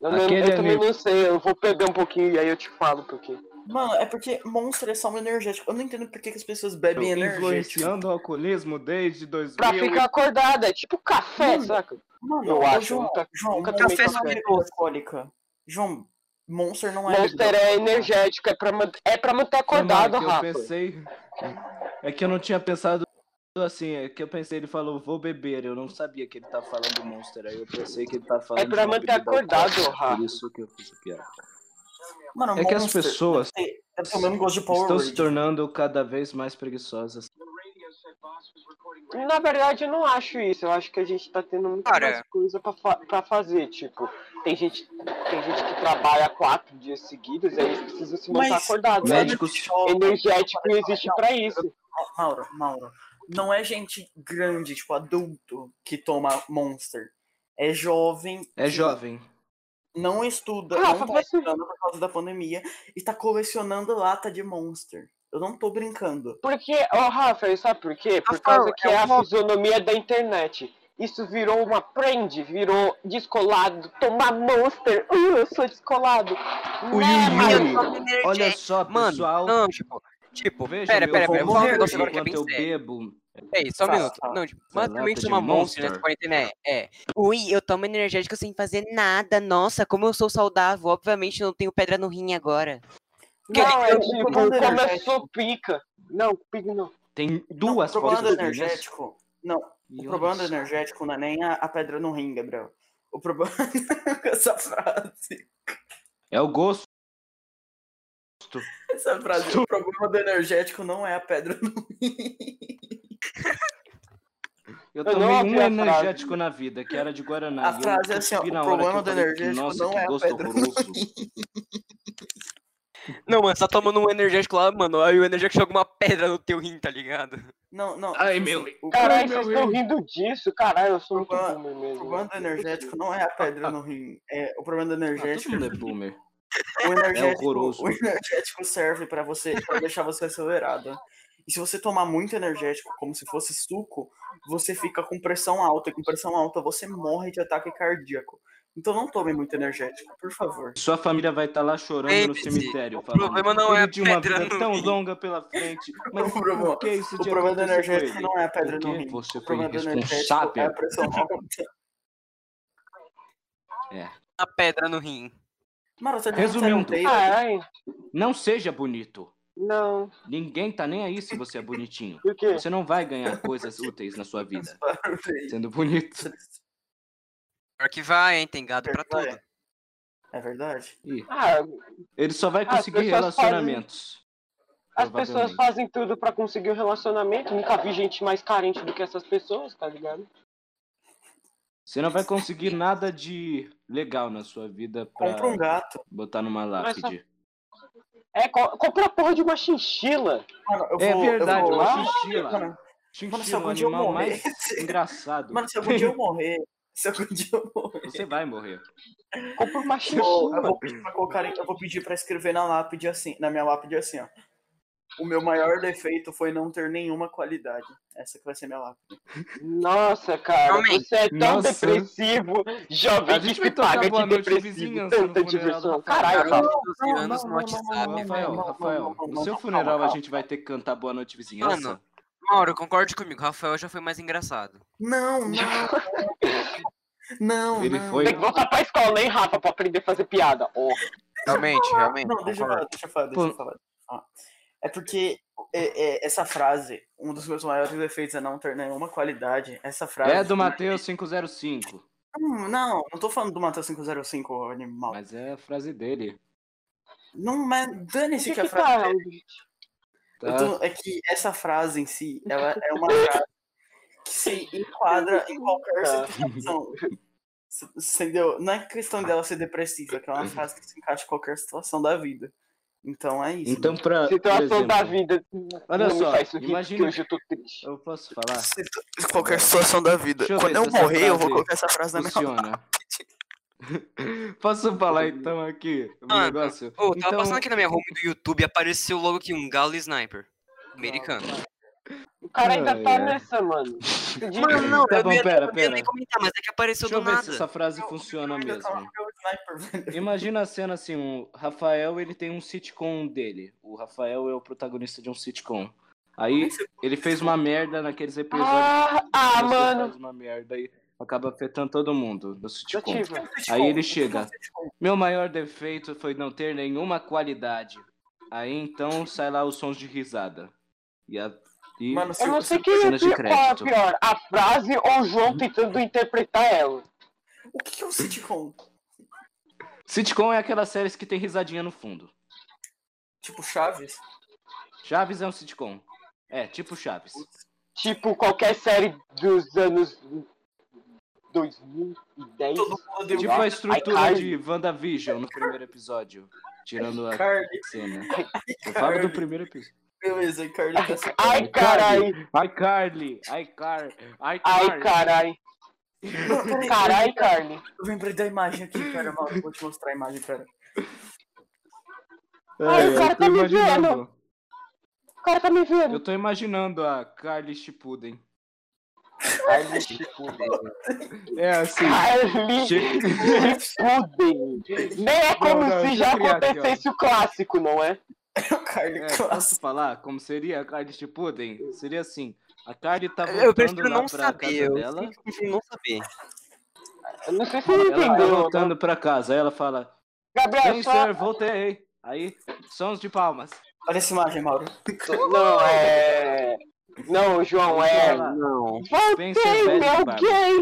Speaker 2: Eu, não-
Speaker 3: Aquele
Speaker 2: eu também
Speaker 3: amigo.
Speaker 2: não sei, eu vou beber um pouquinho e aí eu te falo por quê.
Speaker 4: Mano, é porque Monster é só um energético. Eu não entendo por que, que as pessoas
Speaker 3: Eu
Speaker 4: bebem energético.
Speaker 3: Influenciando o alcoolismo desde 2000.
Speaker 2: Pra ficar acordada, é tipo café,
Speaker 4: Hum.
Speaker 2: saca?
Speaker 4: Mano,
Speaker 2: Eu
Speaker 4: ô,
Speaker 2: acho,
Speaker 4: João,
Speaker 2: nunca-
Speaker 4: João,
Speaker 2: nunca
Speaker 4: Monster
Speaker 2: tomei
Speaker 4: não é
Speaker 2: café.
Speaker 4: bebida alcoólica. João, Monster não é
Speaker 2: Monster
Speaker 4: bebida
Speaker 2: é
Speaker 4: alcoólica.
Speaker 2: energético, é pra, man- é pra manter acordado,
Speaker 3: Não, é que
Speaker 2: Rafa.
Speaker 3: Eu pensei. É que eu não tinha pensado assim. É que eu pensei, ele falou, vou beber. Eu não sabia que ele tava falando do Monster. Aí eu pensei que ele tava falando.
Speaker 2: É pra
Speaker 3: de uma
Speaker 2: manter
Speaker 3: bebida
Speaker 2: acordado,
Speaker 3: alcoólica,
Speaker 2: Rafa.
Speaker 3: Por isso que eu fiz a piada.
Speaker 4: Mano,
Speaker 3: É que as
Speaker 4: Tá Monster
Speaker 3: pessoas
Speaker 4: deve ter- deve ter o mesmo gosto de Power
Speaker 3: estão se
Speaker 4: Rangers.
Speaker 3: tornando cada vez mais preguiçosas.
Speaker 2: Na verdade, eu não acho isso. Eu acho que a gente tá tendo muita
Speaker 5: Cara.
Speaker 2: mais coisa pra, fa- pra fazer. Tipo, tem gente, tem gente que trabalha quatro dias seguidos e aí eles precisam se manter
Speaker 4: Mas-
Speaker 2: acordado.
Speaker 4: Sabe
Speaker 3: Médico- Médicos
Speaker 4: esse shopping?
Speaker 2: Energético existe pra isso.
Speaker 4: é- Mauro, Mauro, não é gente grande, tipo adulto, que toma Monster. É jovem.
Speaker 3: É
Speaker 4: que
Speaker 3: jovem.
Speaker 4: Não estuda,
Speaker 2: Rafa,
Speaker 4: não tá
Speaker 2: Ah, mas-
Speaker 4: estudando por causa da pandemia e tá colecionando lata de Monster. Eu não tô brincando.
Speaker 2: Porque, ó, Rafael, sabe por quê? Por
Speaker 5: Rafael,
Speaker 2: causa que
Speaker 5: é
Speaker 2: é a
Speaker 5: um hobby.
Speaker 2: fisionomia da internet. Isso virou uma trend, virou descolado, tomar monster. Uh, eu sou descolado. Né,
Speaker 3: Ui,
Speaker 2: Maria?
Speaker 3: ui, ui. Olha só,
Speaker 5: Mano,
Speaker 3: pessoal.
Speaker 5: não, tipo, tipo,
Speaker 3: Veja,
Speaker 5: pera,
Speaker 3: meu
Speaker 5: pera, pera, eu vou falar um
Speaker 3: vovô,
Speaker 5: negócio agora que é
Speaker 3: enquanto
Speaker 5: bem
Speaker 3: eu
Speaker 5: sério.
Speaker 3: bebo.
Speaker 5: Peraí, só um
Speaker 4: Fala,
Speaker 5: minuto.
Speaker 4: fala.
Speaker 5: Não, tipo,
Speaker 3: Fala,
Speaker 5: basicamente
Speaker 3: de
Speaker 5: uma monstro nessa
Speaker 3: Monster.
Speaker 5: quarentena é, é. Ui, eu tomo energético sem fazer nada. Nossa, como eu sou saudável. Obviamente não tenho pedra no rim agora. Que-
Speaker 2: Não, é
Speaker 5: eu-
Speaker 2: tipo,
Speaker 4: tomando
Speaker 2: começou
Speaker 4: energético.
Speaker 2: pica. Não, pica não.
Speaker 3: Tem
Speaker 4: Não,
Speaker 3: duas
Speaker 4: o problema do
Speaker 3: fotos
Speaker 4: energético. Não, o problema do energético não é nem a, a pedra no rim, Gabriel. O problema com [laughs] essa frase.
Speaker 3: É o gosto.
Speaker 4: Essa frase. O problema do energético não é a pedra no rim.
Speaker 2: Eu
Speaker 3: Eu
Speaker 2: não
Speaker 3: tomei
Speaker 2: ouvi
Speaker 3: um
Speaker 2: a
Speaker 3: energético na vida, que era de Guaraná.
Speaker 4: é A
Speaker 3: e eu
Speaker 4: frase é assim, ó,
Speaker 3: cuspi
Speaker 4: o
Speaker 3: na hora
Speaker 4: problema
Speaker 3: que eu
Speaker 4: do
Speaker 3: falei que,
Speaker 4: energético
Speaker 3: nossa,
Speaker 4: não
Speaker 3: que
Speaker 4: é a
Speaker 3: gosto
Speaker 4: pedra no [laughs]
Speaker 3: horroroso.
Speaker 5: Não, mano, você tá tomando um energético lá, mano. Aí o energético joga uma pedra no teu rim, tá ligado?
Speaker 4: Não, não.
Speaker 3: Ai,
Speaker 4: tipo
Speaker 3: meu-
Speaker 4: assim, O
Speaker 2: Caralho,
Speaker 4: problema-
Speaker 2: vocês estão rindo disso? Caralho, eu sou muito
Speaker 4: Problema-
Speaker 2: boomer
Speaker 4: O
Speaker 2: mesmo.
Speaker 4: problema do energético não é a pedra no rim. É, o problema do
Speaker 3: Ah, todo
Speaker 4: energético.
Speaker 3: mundo é
Speaker 4: [laughs]
Speaker 3: boomer.
Speaker 4: o, energético
Speaker 3: É horroroso.
Speaker 4: o energético serve pra você pra deixar você acelerado. E se você tomar muito energético, como se fosse suco, você fica com pressão alta. E com pressão alta você morre de ataque cardíaco. Então não tome muito energético, por favor.
Speaker 3: Sua família vai estar lá chorando no
Speaker 5: Lembre-se,
Speaker 3: cemitério.
Speaker 5: o
Speaker 3: falando,
Speaker 5: problema não é
Speaker 3: "Ele
Speaker 5: a
Speaker 3: tinha uma
Speaker 5: pedra
Speaker 3: vida
Speaker 5: no
Speaker 3: tão
Speaker 5: rim."
Speaker 3: longa pela frente. Mas
Speaker 4: [laughs] O problema-
Speaker 3: por que isso
Speaker 4: O
Speaker 3: tinha
Speaker 4: problema do
Speaker 3: acontecido com
Speaker 4: energético
Speaker 3: ele?
Speaker 4: não é a pedra no
Speaker 3: Porque
Speaker 4: rim.
Speaker 3: você foi
Speaker 4: O
Speaker 3: um
Speaker 4: problema do energético
Speaker 3: irresponsável.
Speaker 4: é a pressão alta.
Speaker 5: A pedra no rim.
Speaker 4: Mano, você deve ser um
Speaker 3: Resumindo.
Speaker 4: date.
Speaker 2: Ai,
Speaker 3: Não seja bonito.
Speaker 2: Ah, não.
Speaker 3: Ninguém tá nem aí se você é
Speaker 4: [laughs]
Speaker 3: bonitinho.
Speaker 2: Por quê?
Speaker 3: Você não vai ganhar coisas úteis na sua vida
Speaker 4: para o date.
Speaker 3: sendo bonito.
Speaker 5: Pior que vai, hein? Tem gado pra
Speaker 4: Pior que
Speaker 5: tudo.
Speaker 4: [laughs] É verdade.
Speaker 3: Ih,
Speaker 2: Ah,
Speaker 3: Ele só vai
Speaker 2: Ah, as
Speaker 3: conseguir
Speaker 2: pessoas
Speaker 3: relacionamentos.
Speaker 2: as pessoas
Speaker 3: Provavelmente.
Speaker 2: fazem tudo pra conseguir um relacionamento. Nunca vi gente mais carente do que essas pessoas, tá ligado?
Speaker 3: Você não vai conseguir nada de legal na sua vida pra
Speaker 4: Compra um gato.
Speaker 3: botar numa
Speaker 2: Mas só-
Speaker 3: lápide.
Speaker 2: É, co compra a porra de uma chinchila.
Speaker 4: Mano, eu vou,
Speaker 3: É verdade,
Speaker 4: eu vou
Speaker 3: uma
Speaker 4: lá.
Speaker 3: chinchila.
Speaker 4: Mano, Mano, se
Speaker 3: Chinchila é o
Speaker 4: algum dia eu
Speaker 3: animal
Speaker 4: morrer.
Speaker 3: mais
Speaker 4: [laughs]
Speaker 3: engraçado.
Speaker 4: mano, se algum dia eu morrer. Se algum dia eu
Speaker 3: [laughs]
Speaker 4: morrer.
Speaker 3: Você vai
Speaker 4: [laughs]
Speaker 3: morrer.
Speaker 2: Compra uma
Speaker 4: Eu, eu
Speaker 2: chinchila.
Speaker 4: vou pedir pra colocar, eu vou pedir pra escrever na lápide assim, na minha lápide assim, ó. O meu maior defeito foi não ter nenhuma qualidade. Essa que vai ser minha lápide.
Speaker 2: Nossa, cara,
Speaker 5: Realmente.
Speaker 2: você é tão
Speaker 3: Nossa.
Speaker 2: depressivo, jovem
Speaker 3: A gente
Speaker 2: que
Speaker 3: vai
Speaker 2: se
Speaker 3: tocar
Speaker 2: paga
Speaker 3: Boa
Speaker 2: de
Speaker 3: Noite,
Speaker 2: depressivo,
Speaker 3: Vizinhança no
Speaker 2: tanta
Speaker 3: funeral
Speaker 2: diversão.
Speaker 3: do
Speaker 2: Caralho,
Speaker 1: Rafael.
Speaker 2: Rafa.
Speaker 1: Os tiranos no WhatsApp.
Speaker 4: não,
Speaker 3: Rafael,
Speaker 4: não,
Speaker 3: Rafael,
Speaker 4: não, não,
Speaker 3: no
Speaker 4: não,
Speaker 3: seu
Speaker 4: não,
Speaker 3: funeral
Speaker 4: calma,
Speaker 3: a gente vai ter que cantar Boa Noite Vizinhança?
Speaker 1: Mano. Mauro, concorde comigo, Rafael já foi mais engraçado.
Speaker 4: Não, não. [laughs] Não,
Speaker 3: Ele
Speaker 4: não.
Speaker 3: foi. um
Speaker 2: Tem que voltar pra escola, hein, Rafa, pra aprender a fazer piada. Ó,
Speaker 1: Realmente, realmente.
Speaker 4: Não, deixa eu falar, deixa eu falar, deixa eu falar. Ó, É porque é, é, essa frase, um dos meus maiores defeitos é não ter nenhuma qualidade. Essa frase.
Speaker 3: É do Matheus 505.
Speaker 4: Não, não, não tô falando do Matheus 505, animal.
Speaker 3: Mas é a frase dele.
Speaker 4: Não, mas
Speaker 2: o
Speaker 4: dane-se
Speaker 2: que
Speaker 4: que é a
Speaker 2: que
Speaker 4: frase.
Speaker 2: tá?
Speaker 4: Eu
Speaker 3: Tá?
Speaker 4: tô- é que essa frase em si, ela é uma frase que se enquadra em qualquer
Speaker 2: Tá.
Speaker 4: situação. S- Entendeu? Não é questão dela ser depressiva, que é uma frase que se encaixa em qualquer situação da vida. Então é isso.
Speaker 3: Então,
Speaker 4: né?
Speaker 3: pra. por
Speaker 2: Situação da
Speaker 3: exemplo,
Speaker 2: vida.
Speaker 3: Olha
Speaker 2: não me
Speaker 3: só,
Speaker 2: faz sorrir,
Speaker 3: imagina-
Speaker 2: que Hoje eu tô triste.
Speaker 3: Eu posso falar?
Speaker 4: Situ- qualquer situação da vida.
Speaker 3: Deixa eu
Speaker 4: Quando
Speaker 3: ver
Speaker 4: eu
Speaker 3: se essa
Speaker 4: morrer, eu vou
Speaker 3: frase
Speaker 4: colocar essa frase na minha [laughs]
Speaker 3: Funciona. [laughs] Posso falar então aqui um
Speaker 1: Ah,
Speaker 3: negócio?
Speaker 1: Ô, tava
Speaker 3: então,
Speaker 1: passando aqui na minha home do YouTube e apareceu logo aqui um galo sniper. Americano.
Speaker 2: O cara ainda tá
Speaker 3: Ai, ai.
Speaker 2: nessa, mano. Esse dia-
Speaker 1: Mano, não,
Speaker 3: Tá
Speaker 1: eu
Speaker 3: bom,
Speaker 1: não ia,
Speaker 3: pera,
Speaker 1: eu não ia nem
Speaker 3: pera.
Speaker 1: comentar, mas é que apareceu
Speaker 3: deixa eu
Speaker 1: do
Speaker 3: ver
Speaker 1: nada.
Speaker 3: se essa frase
Speaker 4: Eu-
Speaker 3: funciona
Speaker 4: Eu
Speaker 3: mesmo.
Speaker 4: tava com o [laughs] sniper, velho.
Speaker 3: Imagina a cena assim, o Rafael ele tem um sitcom dele. O Rafael é o protagonista de um sitcom. Aí ele fez uma merda naqueles episódios.
Speaker 2: Ah, ah,
Speaker 3: Você
Speaker 2: mano.
Speaker 3: faz uma merda e acaba afetando todo mundo no sitcom.
Speaker 2: Tipo,
Speaker 3: Aí ele chega. Meu maior defeito foi não ter nenhuma qualidade. Aí então sai lá os sons de risada. E a. E...
Speaker 4: Mano, se
Speaker 2: Eu não
Speaker 4: se-
Speaker 2: sei quem é
Speaker 3: Cenas de
Speaker 2: pior, qual é a
Speaker 3: crédito.
Speaker 2: pior, a frase ou o João tentando interpretar ela.
Speaker 4: o que que é um sitcom?
Speaker 3: Sitcom é aquelas séries que tem risadinha no fundo. [laughs]
Speaker 4: Tipo Chaves?
Speaker 3: Chaves é um sitcom. É, tipo Chaves.
Speaker 2: Tipo, qualquer série dos anos 2010.
Speaker 4: Todo mundo deu
Speaker 3: Tipo a estrutura
Speaker 2: Ai,
Speaker 3: de WandaVision no primeiro episódio. Tirando a
Speaker 4: Carly.
Speaker 3: cena. né? Eu falo do
Speaker 4: Carly.
Speaker 3: primeiro episódio.
Speaker 4: Beleza, Carly tá certo.
Speaker 2: Ai, carai,
Speaker 3: Ai, Carly! Ai, Car... Ai,
Speaker 2: ai,
Speaker 3: Carly!
Speaker 2: carai.
Speaker 4: Não, peraí,
Speaker 2: Carai, Carly.
Speaker 4: Eu lembrei da imagem aqui, cara. Mauro, vou te mostrar a imagem, cara.
Speaker 2: Ai, o cara
Speaker 3: É, eu tô
Speaker 2: tá me
Speaker 3: imaginando.
Speaker 2: vendo. O cara tá me vendo.
Speaker 3: Eu tô imaginando a Carly Chipuden.
Speaker 2: [laughs] Carly Chipuden.
Speaker 3: É assim.
Speaker 2: Carly
Speaker 3: che-
Speaker 2: Chipuden. Nem é como
Speaker 3: Não, não,
Speaker 2: se
Speaker 3: deixa
Speaker 2: já
Speaker 3: eu criar aqui,
Speaker 2: acontecesse o clássico, não é?
Speaker 4: É o
Speaker 3: [laughs]
Speaker 4: Carly
Speaker 3: É,
Speaker 4: Class.
Speaker 3: posso falar como seria a Carly Chipuden? Seria assim. A Carly tá voltando
Speaker 1: Eu prefiro
Speaker 3: lá
Speaker 1: não
Speaker 3: pra
Speaker 1: saber.
Speaker 3: casa
Speaker 1: Eu
Speaker 3: dela.
Speaker 1: sempre prefiro não saber.
Speaker 2: Eu não sei se ele
Speaker 3: Ela tá
Speaker 2: entendeu. né? É,
Speaker 3: voltando pra casa. Aí ela fala,
Speaker 2: Gabriel,
Speaker 3: vem,
Speaker 2: só...
Speaker 3: senhor, voltei. Aí, sons de palmas.
Speaker 4: Olha essa imagem, Mauro.
Speaker 2: Não, é... Não, João, é...
Speaker 3: Ela,
Speaker 1: Não.
Speaker 3: Spencer
Speaker 2: Voltei,
Speaker 3: Bad
Speaker 2: meu
Speaker 3: Barber.
Speaker 2: gay!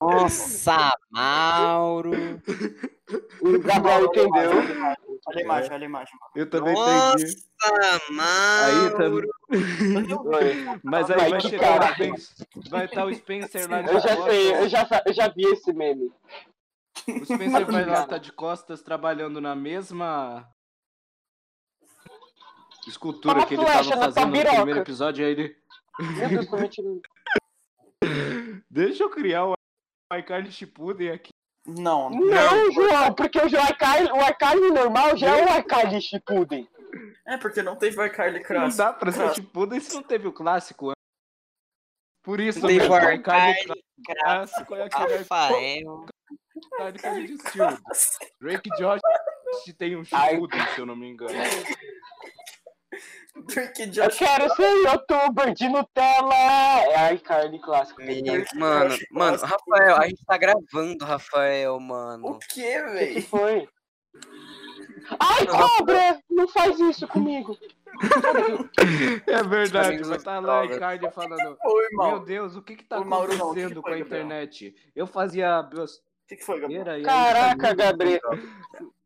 Speaker 1: Nossa, Mauro.
Speaker 2: O Gabriel entendeu.
Speaker 3: É.
Speaker 4: Olha a imagem, olha a imagem.
Speaker 3: Eu também
Speaker 1: Nossa,
Speaker 3: entendi. Aí
Speaker 1: Mauro.
Speaker 3: também.
Speaker 2: Oi.
Speaker 3: Mas aí
Speaker 2: Mas
Speaker 3: vai
Speaker 2: que
Speaker 3: chegar
Speaker 2: cara.
Speaker 3: o Spencer. Vai estar o Spencer lá de
Speaker 2: Eu já
Speaker 3: costas.
Speaker 2: sei, eu já, sa- eu já vi esse meme.
Speaker 3: O Spencer vai lá, tá de costas, trabalhando na mesma escultura
Speaker 2: Uma
Speaker 3: que ele tava
Speaker 2: flecha na tua
Speaker 3: fazendo no
Speaker 2: piroca.
Speaker 3: primeiro episódio. Aí ele.
Speaker 2: Meu Deus, como eu tive...
Speaker 3: Deixa eu criar o iCarly Chipuden aqui.
Speaker 4: Não,
Speaker 2: Não, João, porque o João Arcade, o Arcade normal já é o Arcade Shippuden.
Speaker 4: É porque não teve o Carly
Speaker 3: Não
Speaker 4: Class.
Speaker 3: dá pra ser
Speaker 4: Crass.
Speaker 3: Chipuden se não teve o clássico antes. Por isso,
Speaker 1: Teve
Speaker 3: mesmo,
Speaker 1: o
Speaker 3: o
Speaker 1: iCarly
Speaker 3: iCarly clássico é aquele
Speaker 1: Rafael.
Speaker 3: iCarly que não existiu. Drake Josh tem um
Speaker 2: Ai.
Speaker 3: Chipuden, se eu não me
Speaker 2: [laughs]
Speaker 3: engano.
Speaker 4: Drake
Speaker 2: Eu
Speaker 4: Josh.
Speaker 2: quero ser youtuber de Nutella! É Arcade clássico.
Speaker 1: Menino, Mano, mano, Rafael, a gente tá gravando, Rafael, mano.
Speaker 4: O que,
Speaker 2: O que
Speaker 4: velho?
Speaker 2: foi? Ai, cobra! Não faz isso comigo.
Speaker 3: É verdade,
Speaker 1: Amigos
Speaker 3: vai estar
Speaker 1: das
Speaker 3: lá
Speaker 1: drogas.
Speaker 3: iCarly falando.
Speaker 4: Foi,
Speaker 3: Meu
Speaker 4: Mauro.
Speaker 3: Deus, o que que tá
Speaker 4: Ô, Mauro, não, o que
Speaker 3: acontecendo
Speaker 4: que
Speaker 3: com a
Speaker 4: foi, Gabriel?
Speaker 3: internet? Eu fazia besteira
Speaker 4: O que que foi, Gabriel?
Speaker 3: e aí-
Speaker 2: Caraca, Gabriel.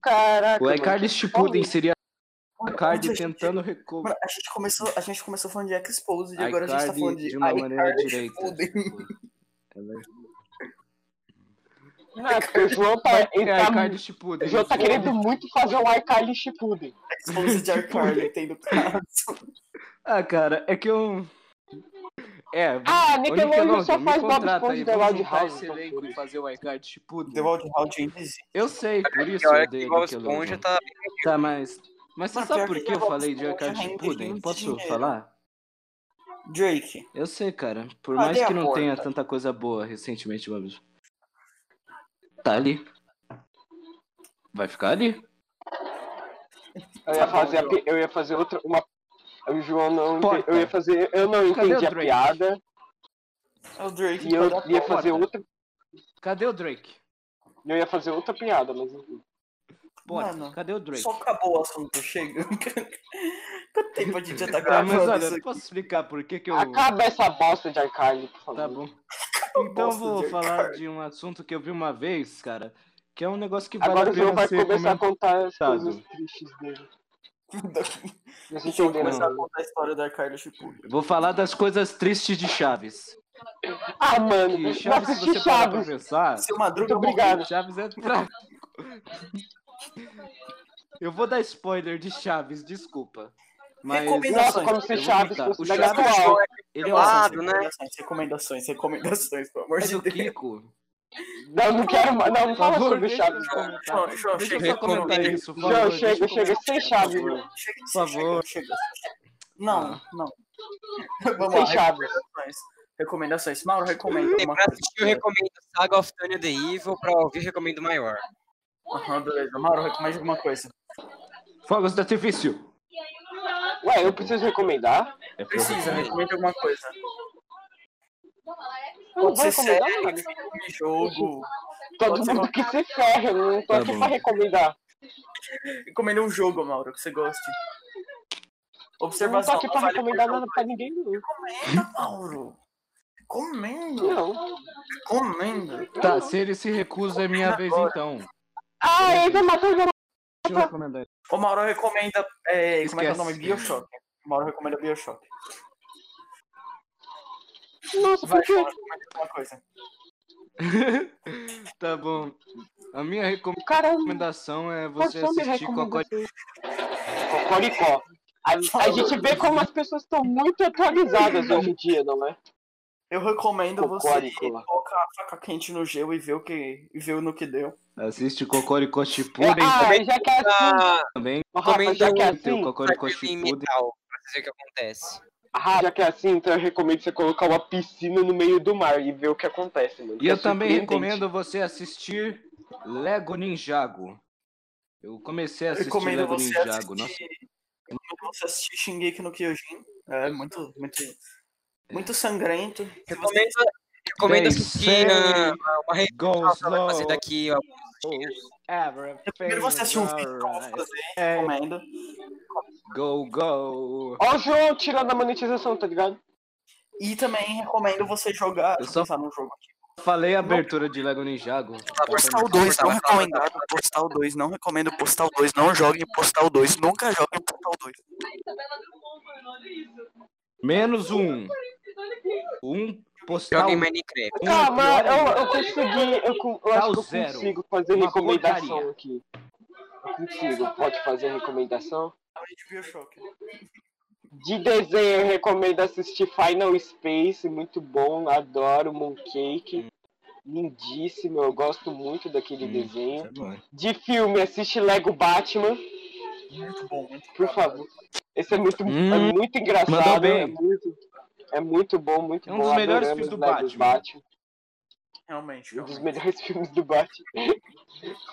Speaker 2: Caraca.
Speaker 3: O
Speaker 2: mano.
Speaker 3: iCarly Shippuden seria a
Speaker 4: Onde
Speaker 3: Cardi
Speaker 4: a gente-
Speaker 3: tentando recuperar.
Speaker 4: Mano, a gente começou, a gente começou falando de Exposed e agora a gente tá falando
Speaker 3: iCarly
Speaker 4: de
Speaker 3: de uma
Speaker 4: Ai,
Speaker 3: maneira
Speaker 4: Carly
Speaker 3: direita.
Speaker 4: Foden.
Speaker 2: Não, é porque o João tá, ele
Speaker 3: É,
Speaker 2: tá,
Speaker 3: iCarly
Speaker 2: o
Speaker 3: Shippuden.
Speaker 2: João tá querendo muito fazer o Arcade Shippuden.
Speaker 4: Exposed de iCarly,
Speaker 3: [laughs]
Speaker 4: tem no caso.
Speaker 3: Ah, cara, é que eu... É,
Speaker 2: Ah,
Speaker 3: ô,
Speaker 2: Nickelodeon só
Speaker 3: me
Speaker 2: faz Bob
Speaker 3: contrata aí,
Speaker 2: Esponja
Speaker 3: vou
Speaker 2: da Loud
Speaker 3: juntar
Speaker 2: House.
Speaker 3: esse elenco e fazer o iCarly Shippuden.
Speaker 4: The Wild Round ainda existe.
Speaker 3: Eu sei, por isso
Speaker 1: Pior
Speaker 3: eu
Speaker 1: é que
Speaker 3: odeio
Speaker 1: igual a esponja
Speaker 3: Nickelodeon.
Speaker 1: tá.
Speaker 3: Tá, mas Mas você sabe
Speaker 4: Mano, tá- pior
Speaker 3: por
Speaker 4: que
Speaker 3: que eu
Speaker 4: Jacobs
Speaker 3: falei
Speaker 4: é um
Speaker 3: Jacquard
Speaker 4: rei
Speaker 3: Pudding?
Speaker 4: de
Speaker 3: Posso
Speaker 4: dinheiro.
Speaker 3: falar?
Speaker 4: Drake.
Speaker 3: Eu sei, cara. Por
Speaker 4: Cadê
Speaker 3: mais
Speaker 4: a
Speaker 3: que não
Speaker 4: porta?
Speaker 3: tenha tanta coisa boa recentemente, Babs. Tá ali. Vai ficar ali?
Speaker 2: Eu ia fazer, a pi- eu ia fazer outra. Uma... O João não. ente-
Speaker 3: Porta.
Speaker 2: Eu ia fazer. Eu não
Speaker 3: Cadê
Speaker 2: entendi
Speaker 3: o
Speaker 2: a
Speaker 3: Drake?
Speaker 2: piada.
Speaker 4: É o Drake.
Speaker 2: E eu
Speaker 4: Cadê a
Speaker 2: ia
Speaker 4: porta?
Speaker 2: fazer outra.
Speaker 3: Cadê o Drake?
Speaker 2: Eu ia fazer outra piada, mas
Speaker 3: Tá
Speaker 2: enfim.
Speaker 3: Bora,
Speaker 4: Mano,
Speaker 3: cadê o Drake?
Speaker 4: Só acabou o assunto, chega. [laughs] Quanto tempo a gente já tá
Speaker 3: Ah, mas
Speaker 4: gravando
Speaker 3: olha,
Speaker 4: isso?
Speaker 3: eu posso explicar por que que eu...
Speaker 2: Acaba essa bosta de iCarly, por favor.
Speaker 3: Tá bom. Então
Speaker 4: bosta
Speaker 3: vou
Speaker 4: de
Speaker 3: falar
Speaker 4: Jacquard.
Speaker 3: de um assunto que eu vi uma vez, cara. Que é um negócio que vale
Speaker 2: Agora
Speaker 3: a
Speaker 2: o
Speaker 3: pena
Speaker 2: João vai
Speaker 3: ser
Speaker 2: começar a
Speaker 3: comentado.
Speaker 2: contar as
Speaker 3: comentado.
Speaker 2: coisas tristes dele. Vocês
Speaker 4: Deixa eu
Speaker 3: né?
Speaker 2: entenderam
Speaker 4: começar
Speaker 2: essa
Speaker 4: a contar a história da Carla Chipulli.
Speaker 3: Vou falar das coisas tristes de Chaves.
Speaker 2: Ah, mano,
Speaker 3: Que
Speaker 2: vou
Speaker 3: Chaves, se
Speaker 2: assistir
Speaker 3: você parar pra
Speaker 2: Chaves.
Speaker 3: pensar...
Speaker 4: Seu Madruga
Speaker 2: Muito obrigado.
Speaker 3: Chaves é trágico. Eu vou dar spoiler de Chaves, desculpa. Mas
Speaker 4: Recomendação.
Speaker 2: Nossa, como
Speaker 3: Eu
Speaker 2: se
Speaker 3: vou
Speaker 2: Chaves
Speaker 3: imitar.
Speaker 2: fosse
Speaker 3: O
Speaker 2: da
Speaker 3: Chaves
Speaker 2: atual.
Speaker 3: ele é um
Speaker 5: Ah,
Speaker 4: Recomendações,
Speaker 5: né?
Speaker 4: recomendações, recomendações, recomendações, pelo amor
Speaker 3: é
Speaker 4: de
Speaker 3: do
Speaker 4: Deus.
Speaker 3: Kiko.
Speaker 2: Não, não quero mais. Não, não
Speaker 3: Por
Speaker 2: fala
Speaker 3: favor,
Speaker 2: sobre
Speaker 3: deixa eu
Speaker 2: Chaves.
Speaker 3: comentar.
Speaker 4: João, João,
Speaker 3: Deixa eu
Speaker 4: chega.
Speaker 3: só comentar isso, por favor.
Speaker 2: João,
Speaker 3: deixa
Speaker 2: chega,
Speaker 3: eu
Speaker 2: chega. Sem né? Chaves, mano.
Speaker 4: Chega de
Speaker 3: Por
Speaker 4: ser,
Speaker 3: favor. Ah.
Speaker 4: Chega, chega. Não, não. Vamos
Speaker 2: Sem
Speaker 4: lá,
Speaker 2: Chaves.
Speaker 4: recomendações. Recomendações. Mauro, recomenda uma
Speaker 1: Pra
Speaker 4: coisa.
Speaker 1: assistir, eu recomendo Saga of Tanya the Evil. Pra ouvir, eu recomendo Maior.
Speaker 4: Aham, beleza. Mauro, recomenda alguma coisa.
Speaker 3: Fogos do artifício.
Speaker 2: Ué, eu preciso recomendar?
Speaker 3: É pra-
Speaker 4: Precisa, recomenda alguma coisa.
Speaker 2: Eu não
Speaker 4: Pode
Speaker 2: vou
Speaker 4: ser
Speaker 2: recomendar
Speaker 4: série,
Speaker 2: nada.
Speaker 4: filme, jogo.
Speaker 2: Todo
Speaker 4: Pode ser
Speaker 2: mundo
Speaker 4: uma-
Speaker 2: que se ferra, eu não tô
Speaker 3: Tá
Speaker 2: aqui
Speaker 3: bom.
Speaker 2: pra recomendar.
Speaker 4: Recomenda um jogo, Mauro, que você goste.
Speaker 2: Eu não tô
Speaker 4: Observação.
Speaker 2: aqui
Speaker 4: não
Speaker 2: pra
Speaker 4: vale
Speaker 2: recomendar
Speaker 4: por
Speaker 2: nada pra ninguém, não.
Speaker 4: Comenta, Mauro. Comendo,
Speaker 2: Não.
Speaker 4: comendo.
Speaker 3: Tá, se ele se recusa, é minha vez
Speaker 4: Agora.
Speaker 3: então.
Speaker 2: Ah, ele vai matar o garoto.
Speaker 3: Deixa eu recomendar.
Speaker 4: O Mauro recomenda. é, como é que é o
Speaker 3: Esquece.
Speaker 4: nome? Bioshock. O Mauro recomenda Bioshock.
Speaker 2: Nossa,
Speaker 4: Vai,
Speaker 2: por quê?
Speaker 4: Mauro, recomenda alguma coisa.
Speaker 3: Tá bom. A minha recom-
Speaker 2: Caramba,
Speaker 3: recomendação é você
Speaker 2: você um me
Speaker 3: assistir Cocó
Speaker 2: recomenda. assim. Cocoricó. A, a gente vê como as pessoas estão muito atualizadas hoje em dia, não é?
Speaker 4: Eu recomendo você
Speaker 2: Cocóricó.
Speaker 4: colocar a faca quente no gelo e ver o que e ver no que deu.
Speaker 3: Assiste Cocorico Chipuden
Speaker 2: Ah, já que é assim.
Speaker 3: também.
Speaker 2: Ô,
Speaker 1: também
Speaker 2: Rafa, já
Speaker 1: deu
Speaker 2: que é
Speaker 3: Tem o
Speaker 2: assim.
Speaker 3: Cocorico
Speaker 1: Ah, Em
Speaker 3: Chipuden.
Speaker 1: metal, pra dizer o que acontece.
Speaker 2: Ah, já que é assim, então eu recomendo você colocar uma piscina no meio do mar e ver o que acontece, mano.
Speaker 3: E
Speaker 2: É
Speaker 3: eu também
Speaker 2: surpreendente.
Speaker 3: recomendo você assistir Lego Ninjago. Eu comecei a
Speaker 4: Eu
Speaker 3: assistir
Speaker 4: recomendo
Speaker 3: Lego
Speaker 4: você
Speaker 3: Ninjago. Nossa,
Speaker 4: assistir. Recomendo você assistir Shingeki no Kyojin. É muito, muito,
Speaker 3: É.
Speaker 4: muito sangrento. Se você
Speaker 1: Recomendo, recomendo
Speaker 3: Bem,
Speaker 1: assistir ah,
Speaker 3: sei.
Speaker 1: uma rede
Speaker 3: go
Speaker 1: que vai fazer
Speaker 3: slow.
Speaker 1: daqui ó,
Speaker 4: Primeiro você assistir um vídeo que eu vou fazer,
Speaker 3: né? É.
Speaker 4: recomendo.
Speaker 3: Go, go.
Speaker 2: Ó o João tirando a monetização, tá ligado?
Speaker 4: E também recomendo você jogar.
Speaker 3: Eu
Speaker 4: Deixa
Speaker 3: só-
Speaker 4: eu pensar num jogo aqui.
Speaker 3: Falei a abertura de Lego Ninjago.
Speaker 4: Postal 2 não recomendado. Postal 2 não recomendo. Postal 2 não joguem Postal 2. Nunca joguem Postal 2.
Speaker 3: Menos um. Um postal.
Speaker 1: joga em Minecraft.
Speaker 3: Um
Speaker 2: Calma,
Speaker 3: pior
Speaker 2: eu, eu consegui, eu, con- eu
Speaker 3: Dá
Speaker 2: acho
Speaker 3: o
Speaker 2: que eu
Speaker 3: zero.
Speaker 2: consigo fazer
Speaker 3: Uma
Speaker 2: recomendação
Speaker 3: porcaria.
Speaker 2: aqui. Eu consigo, pode fazer recomendação. De desenho, eu recomendo assistir Final Space, muito bom, adoro Mooncake. Lindíssimo, eu gosto muito daquele
Speaker 3: Hum.
Speaker 2: desenho.
Speaker 3: ainda.
Speaker 2: De filme, assiste Lego Batman,
Speaker 4: Muito bom, muito
Speaker 2: por favor. Esse é muito, é
Speaker 3: Hum,
Speaker 2: muito engraçado,
Speaker 3: mandou bem.
Speaker 2: É, muito, é muito bom, muito
Speaker 3: É um
Speaker 2: bom.
Speaker 3: dos melhores
Speaker 2: adoramos
Speaker 3: filmes do
Speaker 2: Lego
Speaker 3: Batman.
Speaker 4: Realmente.
Speaker 2: Um dos
Speaker 4: realmente.
Speaker 2: melhores [laughs] filmes do Batman.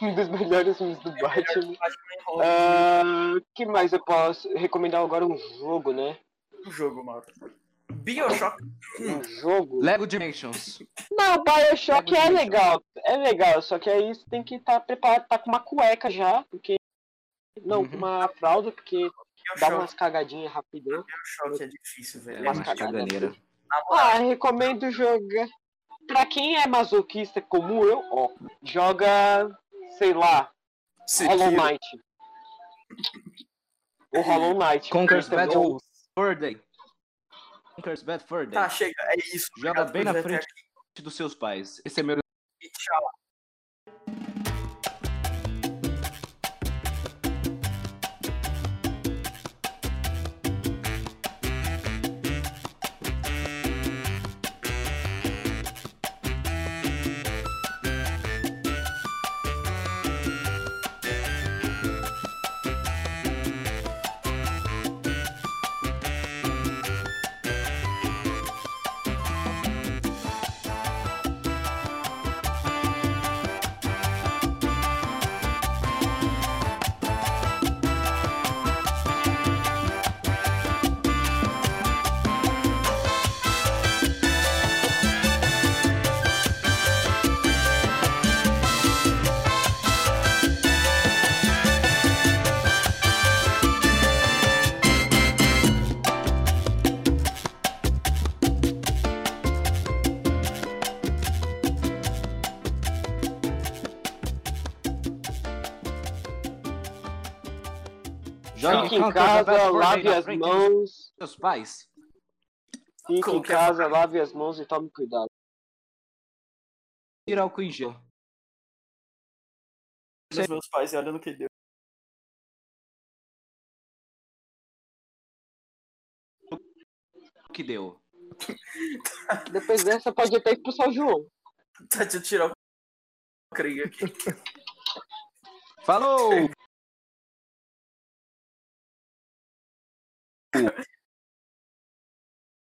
Speaker 2: um dos melhores filmes do Batman.
Speaker 4: Batman enrola
Speaker 2: Ah, que mais eu posso recomendar agora? Um jogo, né?
Speaker 4: um jogo, Mauro. Bioshock.
Speaker 2: Um jogo.
Speaker 3: Lego Dimensions.
Speaker 2: Não, Bioshock é legal. É legal, só que aí você tem que estar preparado, tá com uma cueca já, porque. Não, com
Speaker 3: Uhum.
Speaker 2: uma fralda, porque dá
Speaker 4: Bioshock,
Speaker 2: umas cagadinhas rapidão.
Speaker 4: Bioshock é difícil, velho.
Speaker 3: É
Speaker 4: É
Speaker 3: uma
Speaker 2: Mas
Speaker 4: muito-
Speaker 2: cagada.
Speaker 3: caganeira.
Speaker 2: Ah, recomendo jogar. Pra quem é masoquista como eu, ó, joga, sei lá, Hollow Knight. O Hollow Knight.
Speaker 3: Conker's
Speaker 2: Porque
Speaker 3: Bad
Speaker 2: também-
Speaker 3: Fur Day. Conker's Bad Fur Day.
Speaker 4: Tá, chega, é isso.
Speaker 3: Joga
Speaker 4: Obrigado
Speaker 3: bem
Speaker 4: por
Speaker 3: na
Speaker 4: ver até
Speaker 3: frente dos seus pais. Esse é meu
Speaker 4: aqui. Tchau.
Speaker 3: Joga
Speaker 2: Fique em casa, lave as mãos.
Speaker 3: Seus pais.
Speaker 2: Fique em
Speaker 4: Como que é?
Speaker 2: casa, lave as mãos e tome cuidado.
Speaker 3: Tirar álcool em gel.
Speaker 4: dos meus pais e olha no que deu. [laughs]
Speaker 3: O que deu?
Speaker 2: Depois dessa, pode até expulsar o João.
Speaker 4: Tá de tirar o [laughs] Krieg aqui.
Speaker 3: Falou!